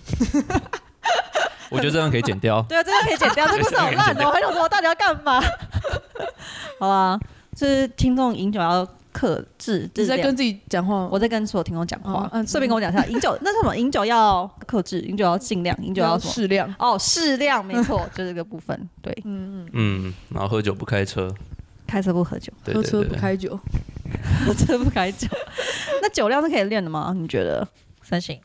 Speaker 2: 我觉得这段可以剪 掉。
Speaker 1: 对啊，这个可以剪掉，这故事好烂哦！我还想说，我到底要干嘛？ 好啊，就是听众饮酒要克制”
Speaker 3: 你
Speaker 1: 自
Speaker 3: 在
Speaker 1: 量
Speaker 3: 跟。自己讲话吗？
Speaker 1: 我在跟所有听众讲话
Speaker 3: 哦，嗯嗯
Speaker 1: 顺便跟我讲一下，饮酒 那什么，饮酒要克制，饮酒要尽量，饮酒要什么？
Speaker 3: 适量。
Speaker 1: 哦，适量，没错，就这个部 分。对，
Speaker 3: 嗯
Speaker 2: 嗯，然后喝酒不开车，
Speaker 1: 开车不喝 酒，
Speaker 2: 对
Speaker 3: 喝
Speaker 2: 对
Speaker 3: 车
Speaker 2: 对
Speaker 3: 不
Speaker 2: 对，
Speaker 3: 开酒，
Speaker 1: 喝车不开酒。那酒量是可以练的吗？你觉得？三星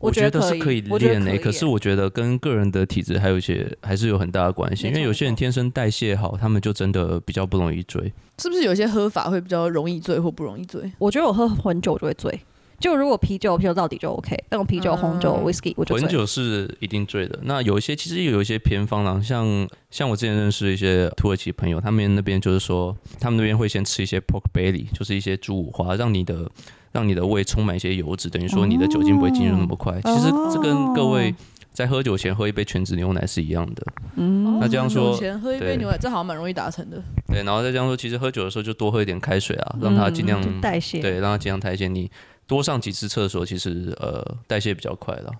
Speaker 1: 我
Speaker 2: 觉
Speaker 1: 得
Speaker 2: 得是
Speaker 1: 可
Speaker 2: 以
Speaker 1: 我觉
Speaker 2: 练
Speaker 1: 得
Speaker 2: 诶、可是我觉得跟个人的体质还有一些还是有很大的关系，
Speaker 1: 没
Speaker 2: 因
Speaker 1: 错
Speaker 2: 为有些人天生代谢好，他们就真的比较不容易追。
Speaker 3: 是不是有些喝法会比较容易醉或不容易醉？
Speaker 1: 我觉得我喝混酒就会醉，就如果啤酒啤酒到底就 OK，那种啤酒、
Speaker 3: 嗯
Speaker 1: 红酒、whisky 我就
Speaker 2: 混
Speaker 1: 醉。
Speaker 2: 酒是一定醉的，那有一些其实有一些偏方啦，像像我之前认识一些土耳其朋友，他们那边就是说，他们那边会先吃一些 pork belly，就是一些猪五花，让你的让你的胃充满一些油脂，等于说你的酒精不会进入那么
Speaker 1: 哦
Speaker 2: 快。其实这跟各位在喝酒前喝一杯全脂牛奶是一样的。
Speaker 1: 嗯，
Speaker 2: 那这样说
Speaker 3: 酒前喝一杯
Speaker 2: 对
Speaker 3: 牛奶，这好像蛮容易达成的。
Speaker 2: 对，然后再加上说，其实喝酒的时候就多喝一点开水啊，让它尽量、
Speaker 1: 嗯就代谢。
Speaker 2: 对，让它尽量代谢。你多上几次厕所，其实呃代谢比较快了。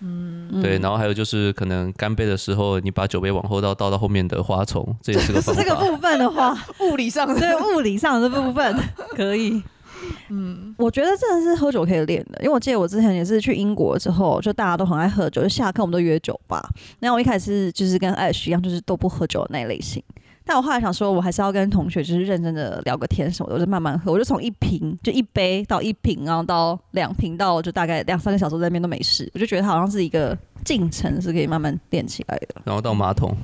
Speaker 1: 嗯
Speaker 2: 对，然后还有就是可能干杯的时候，你把酒杯往后倒，倒到后面的花丛，这也是个
Speaker 1: 就是
Speaker 2: 方
Speaker 1: 这个
Speaker 2: 法。
Speaker 1: 部分的 话，
Speaker 3: 物理上的，
Speaker 1: 对物理上的部分可以。嗯，我觉得真的是喝酒可以练的，因为我记得我之前也是去英国之后，就大家都很爱喝酒，就下课我们都约酒吧。然后我一开始就是跟艾许一样，就是都不喝酒的那一类型。但我后来想说，我还是要跟同学就是认真的聊个天什么的，我就慢慢喝，我就从一瓶就一杯到一瓶，然后到两瓶，到就大概两三个小时在那边都没事，我就觉得它好像是一个进程，是可以慢慢练起来的。
Speaker 2: 然后到马桶，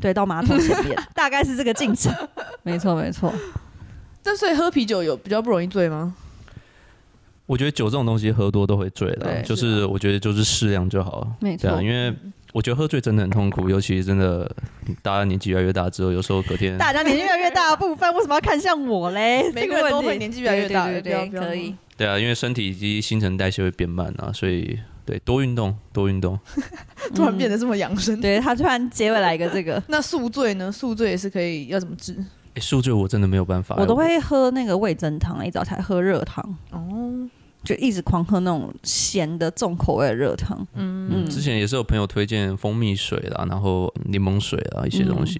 Speaker 1: 对，到马桶前 面，大概是这个进程。没错，没错。
Speaker 3: 但所以喝啤酒有比较不容易醉吗？
Speaker 2: 我觉得酒这种东西喝多都会醉
Speaker 1: 对
Speaker 2: 的，就是是我觉得就是适量就好了。
Speaker 1: 没
Speaker 2: 对啊，因为我觉得喝醉真的很痛苦，尤其真的大家年纪越来越大之后，有时候隔天
Speaker 1: 大家年纪越来越大的部分，为什么要看向我 嘞？
Speaker 3: 每
Speaker 1: 这
Speaker 3: 个
Speaker 1: 问
Speaker 3: 人
Speaker 1: 题
Speaker 3: 都会年纪越来越大，
Speaker 1: 对
Speaker 3: 不要
Speaker 1: 对对
Speaker 3: 不要
Speaker 1: 对，可以。
Speaker 2: 对啊，因为身体以及新陈代谢会变慢啊，所以对多运动多运动。
Speaker 3: 突然变得这么养生。，
Speaker 1: 对他突然结尾来一个这 个
Speaker 3: 那宿醉呢？宿醉也是可以，要怎么治？
Speaker 2: 哎，宿醉我真的没有办法，
Speaker 1: 我都会喝那个味增汤，一早才喝热汤，
Speaker 3: 哦，
Speaker 1: 就一直狂喝那种咸的重口味的热汤。
Speaker 2: 嗯，之前也是有朋友推荐蜂蜜水啦，然后柠檬水啦一些东西。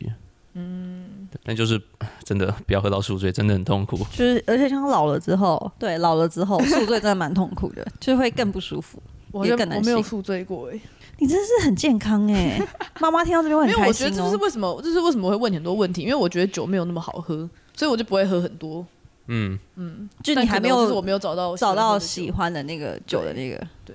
Speaker 2: 嗯，但就是真的不要喝到宿醉，真的很痛苦。
Speaker 1: 就是，而且像老了之后，对老了 之后宿醉真的蛮痛苦的，就会更不舒服。
Speaker 3: 我好像
Speaker 1: 也更难
Speaker 3: 我没有
Speaker 1: 醒
Speaker 3: 宿醉过哎、
Speaker 1: 你真的是很健康哎、妈妈听到这边会
Speaker 3: 因
Speaker 1: 很
Speaker 3: 为我
Speaker 1: 开
Speaker 3: 觉
Speaker 1: 心
Speaker 3: 得这
Speaker 1: 哦、
Speaker 3: 就是为什么，这是为什么我会问你很多问题，因为我觉得酒没有那么好喝，所以我就不会喝很多。
Speaker 2: 嗯，
Speaker 1: 就
Speaker 3: 但
Speaker 1: 你
Speaker 3: 可
Speaker 1: 还没
Speaker 3: 能就是我
Speaker 1: 有
Speaker 3: 没有找到
Speaker 1: 找到喜
Speaker 3: 哦喜，
Speaker 1: 欢的那个酒的那个。
Speaker 3: 对，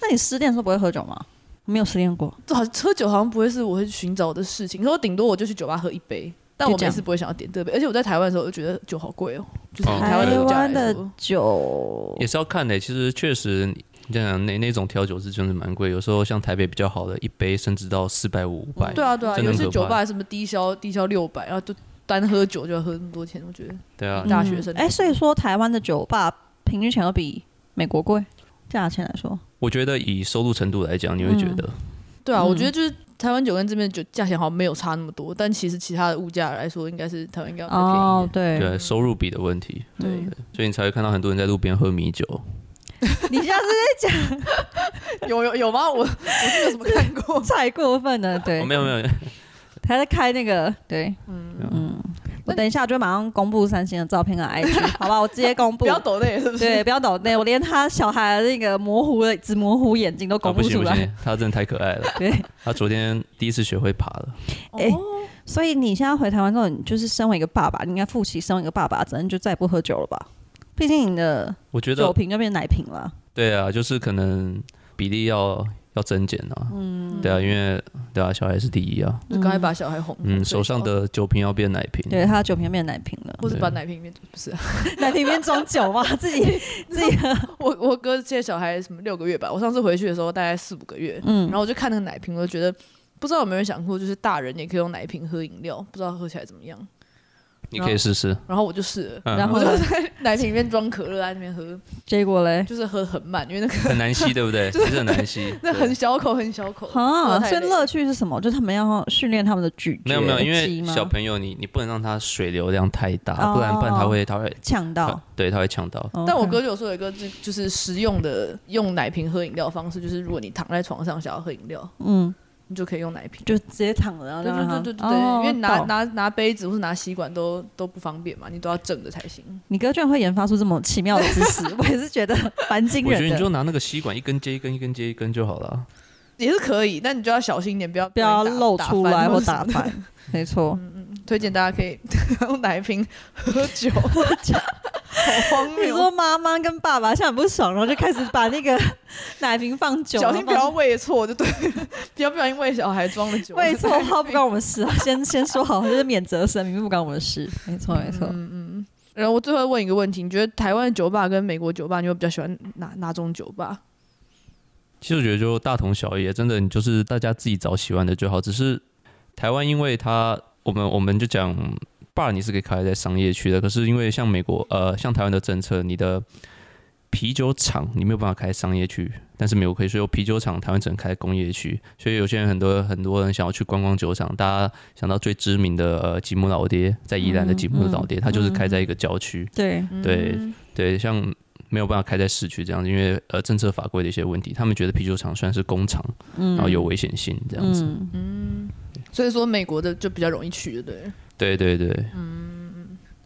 Speaker 1: 那你失恋的时候不会喝酒吗？没有失恋过。
Speaker 3: 这好啊喝酒好像不会是我会寻找的事情，可是我顶多我就去酒吧喝一杯。但
Speaker 1: 就
Speaker 3: 我
Speaker 1: 这
Speaker 3: 每
Speaker 1: 样
Speaker 3: 次不会想要点这杯，而且我在台湾的时候，我就觉得酒好贵哦，就是
Speaker 2: 哦
Speaker 3: 台湾的
Speaker 1: 台
Speaker 3: 酒价
Speaker 1: 湾
Speaker 3: 来
Speaker 1: 的
Speaker 3: 说，
Speaker 1: 酒
Speaker 2: 也是要看的、欸其实确实，你这样那那种调酒是真的蛮贵，有时候像台北比较好的，一杯甚至到四百五、五百。
Speaker 3: 对啊对啊，
Speaker 2: 真的
Speaker 3: 有
Speaker 2: 很
Speaker 3: 些
Speaker 2: 可
Speaker 3: 酒
Speaker 2: 怕
Speaker 3: 吧什么低消低消六百，然后就单喝酒就要喝那么多钱，我觉得
Speaker 2: 对啊，
Speaker 3: 嗯大学生
Speaker 1: 哎、所以说台湾的酒吧平均钱都比美国贵，价钱来说，
Speaker 2: 我觉得以收入程度来讲，你会觉得，
Speaker 3: 对啊，我
Speaker 1: 嗯
Speaker 3: 觉得就是台湾酒跟这边的酒价钱好像没有差那么多，但其实其他的物价来说，应该是台湾应该要比较便宜。
Speaker 1: 哦，对，
Speaker 2: 对啊收入比的问题，
Speaker 1: 嗯
Speaker 2: 所以你才会看到很多人在路边喝米酒。
Speaker 1: 你现在是？
Speaker 3: 有 有有吗？我我是有什么看过
Speaker 1: 太过分了，对
Speaker 2: 哦，，没有没有，
Speaker 1: 还在开那个，对，
Speaker 3: 嗯，
Speaker 1: 我等一下就马上公布三星的照片跟 IG，好吧，我直接公布
Speaker 3: 不。要抖那，是不是？
Speaker 1: 对，不要抖内，我连他小孩的那个模糊的、只模糊眼睛都
Speaker 2: 啊
Speaker 1: 公
Speaker 2: 不
Speaker 1: 布
Speaker 2: 行
Speaker 1: 出
Speaker 2: 不
Speaker 1: 来。
Speaker 2: 行，他真的太可爱了。
Speaker 1: 对，
Speaker 2: 他昨天第一次学会爬了，
Speaker 1: 哎
Speaker 3: 哦，
Speaker 1: 所以你现在回台湾之后，你就是身为一个爸爸，你应该负起身为一个爸爸的责任，就再也不喝酒了吧？毕竟你的
Speaker 2: 我觉得
Speaker 1: 酒瓶就变奶瓶了。
Speaker 2: 对啊，就是可能比例要要增减啊。嗯，对啊，因为对啊，小孩是第一啊。
Speaker 3: 就刚才把小孩哄。哦
Speaker 2: 嗯，手上，的酒瓶要变奶
Speaker 3: 嗯
Speaker 2: 瓶。
Speaker 1: 对，他的酒瓶变奶瓶 了，
Speaker 3: 或者把奶瓶里面不是 啊、
Speaker 1: 奶瓶里面装酒 嘛，自己自己喝。
Speaker 3: 我我哥现在小孩什么六个月吧，我上次回去的时候大概四五个月，
Speaker 1: 嗯
Speaker 3: 然后我就看那个奶瓶，我就觉得不知道有没有人想过，就是大人也可以用奶瓶喝饮料，不知道喝起来怎么样。
Speaker 2: 你可以试试。
Speaker 3: 然后我就试了，
Speaker 2: 嗯
Speaker 1: 然后
Speaker 3: 我
Speaker 1: 呢
Speaker 3: 就在奶瓶里面装可乐，在那边喝，
Speaker 1: 结果嘞，
Speaker 3: 就是喝很慢，因为那个
Speaker 2: 很难吸，对 不对？其实很难吸。
Speaker 3: 那很
Speaker 2: 对
Speaker 3: 小口很小口。
Speaker 1: 啊，
Speaker 3: 喝太
Speaker 1: 所以
Speaker 3: 累
Speaker 1: 乐趣是什么？就是他们要训练他们的咀嚼
Speaker 2: 没有没有，因
Speaker 1: 肌
Speaker 2: 为
Speaker 1: 吗
Speaker 2: 小朋友你你不能让他水流量太
Speaker 1: 哦
Speaker 2: 大，不然不然他会他会
Speaker 1: 呛
Speaker 2: 他
Speaker 1: 到。哦
Speaker 2: 对他会呛到。
Speaker 3: 嗯但我
Speaker 1: OK
Speaker 3: 哥就有说有一个就就是实用的用奶瓶喝饮料的方式，就是如果你躺在床上想要喝饮料，
Speaker 1: 嗯，
Speaker 3: 你就可以用奶瓶。
Speaker 1: 就直接躺着，然后
Speaker 3: 对对
Speaker 1: 让他
Speaker 3: 对对对对，
Speaker 1: 哦
Speaker 3: 因为拿
Speaker 1: 懂
Speaker 3: 拿拿杯子或是拿吸管都都不方便嘛，你都要正着才行。
Speaker 1: 你哥居然会研发出这么奇妙的姿势，我也是觉得蛮惊
Speaker 2: 我觉
Speaker 1: 人
Speaker 2: 得 你
Speaker 1: 的
Speaker 2: 就。拿那个吸管一根接一根，一根接一根就好了啊。
Speaker 3: 也是可以，但你就要小心一点，不要
Speaker 1: 不要
Speaker 3: 被打
Speaker 1: 露出来或打
Speaker 3: 打翻什么的。
Speaker 1: 翻。没错，
Speaker 3: 推荐大家可以 用奶瓶喝 酒，好荒
Speaker 1: 你说
Speaker 3: 谬！
Speaker 1: 妈妈跟爸爸现在很不爽，然后就开始把那个 奶瓶放酒，
Speaker 3: 小心不
Speaker 1: 然
Speaker 3: 要
Speaker 1: 后
Speaker 3: 喂错，就对了， 不要不小心喂小孩装了酒，
Speaker 1: 放喂错话不关我们事啊！先 先说好，就是免责声明，不关我们的事。没错，没错。
Speaker 3: 嗯然后我最后问一个问题，你觉得台湾的酒吧跟美国酒吧，你会比较喜欢哪哪种酒吧？
Speaker 2: 其实我觉得就大同小异，真的，你就是大家自己找喜欢的就好。只是台湾，因为它我们我们就讲 bar 你是可以开在商业区的，可是因为像美国呃像台湾的政策，你的啤酒厂你没有办法开商业区，但是美国可以说啤酒厂台湾只能开工业区，所以有些人很多很多人想要去观光酒厂，大家想到最知名的呃吉姆老爹，在宜兰的吉姆老爹，它就是开在一个郊区，
Speaker 1: 对，
Speaker 2: 对对，像没有办法开在市区这样子，因为呃政策法规的一些问题，他们觉得啤酒厂算是工厂，
Speaker 1: 嗯，
Speaker 2: 然后有危险性这样子。
Speaker 1: 嗯
Speaker 3: 所以说美国的就比较容易去，对不对？
Speaker 2: 对对对，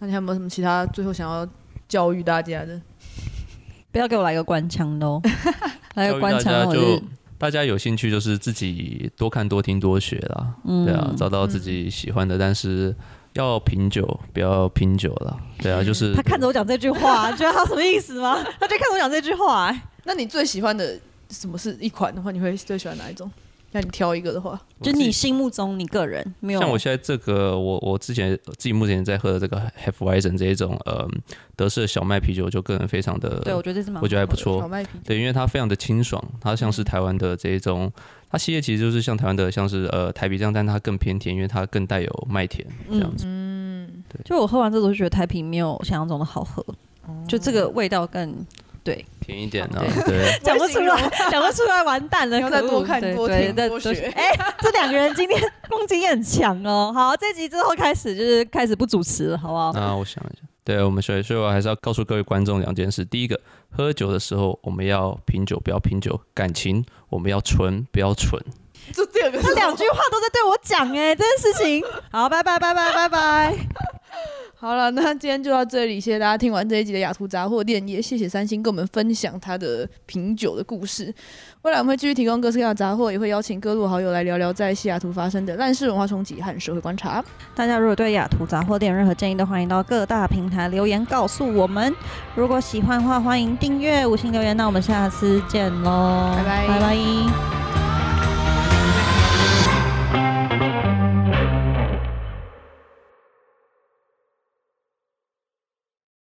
Speaker 3: 那你还有没有什么其他最后想要教育大家的？
Speaker 1: 不要给我来个官腔喽，来
Speaker 2: 教
Speaker 1: 个
Speaker 2: 育
Speaker 1: 官
Speaker 2: 大
Speaker 1: 腔
Speaker 2: 家
Speaker 1: 我
Speaker 2: 就是大家有兴趣就是自己多看多听多学啦，
Speaker 1: 嗯
Speaker 2: 对啊，找到自己喜欢的，但是要品酒，不要拼酒啦，对啊，就是
Speaker 1: 他看着我讲这句话， 你觉得他什么意思吗？他就看着我讲这句话、哎
Speaker 3: 那你最喜欢的什么是一款的话，你会最喜欢哪一种？让你挑一个的话，
Speaker 2: 我
Speaker 1: 就
Speaker 2: 自己
Speaker 1: 你心目中你个人没有
Speaker 2: 像我现在这个，我我之前自己目前在喝的这个 Hefeweizen 这一种，呃，德式的小麦啤酒，就个人非常的，
Speaker 1: 对我觉得这是蛮
Speaker 2: 呃我觉得还不错
Speaker 3: 小，麦啤酒。
Speaker 2: 对，因为它非常的清爽，它像是台湾的这一种，它系列其实就是像台湾的像是呃台啤这样，但它更偏甜，因为它更带有麦甜
Speaker 1: 嗯
Speaker 2: 这样子。
Speaker 1: 就我喝完之后，我就觉得台啤没有想象中的好喝，
Speaker 3: 哦
Speaker 1: 就这个味道更
Speaker 2: 甜一点啊，对，
Speaker 1: 讲不出来，讲不出来，完蛋了！
Speaker 3: 你要再
Speaker 1: 可恶
Speaker 3: 多看
Speaker 1: 对
Speaker 3: 多
Speaker 1: 对
Speaker 3: 听
Speaker 1: 再
Speaker 3: 多学
Speaker 1: 哎，这两个人今天攻击也很强哦。 好，这集之后开始就是开始不主持了，好不好？
Speaker 2: 那我想一下，对我们所以所以我还是要告诉各位观众两件事：第一个，喝酒的时候我们要品酒，不要品酒；感情我们要纯，不要蠢。
Speaker 3: 就第二个
Speaker 1: 这
Speaker 3: 是
Speaker 1: 两句话都在对我讲哎，这件事情。 好，拜拜拜拜拜拜。
Speaker 3: 好了，那今天就到这里，谢谢大家听完这一集的雅图杂货店，也谢谢三星跟我们分享他的品酒的故事。未来我们会继续提供各式各样的杂货，也会邀请各路好友来聊聊在西雅图发生的烂事文化冲击和社会观察。
Speaker 1: 大家如果对雅图杂货店有任何建议，都欢迎到各大平台留言告诉我们。如果喜欢的话，欢迎订阅、五星留言。那我们下次见喽，
Speaker 3: 拜拜
Speaker 1: 拜拜。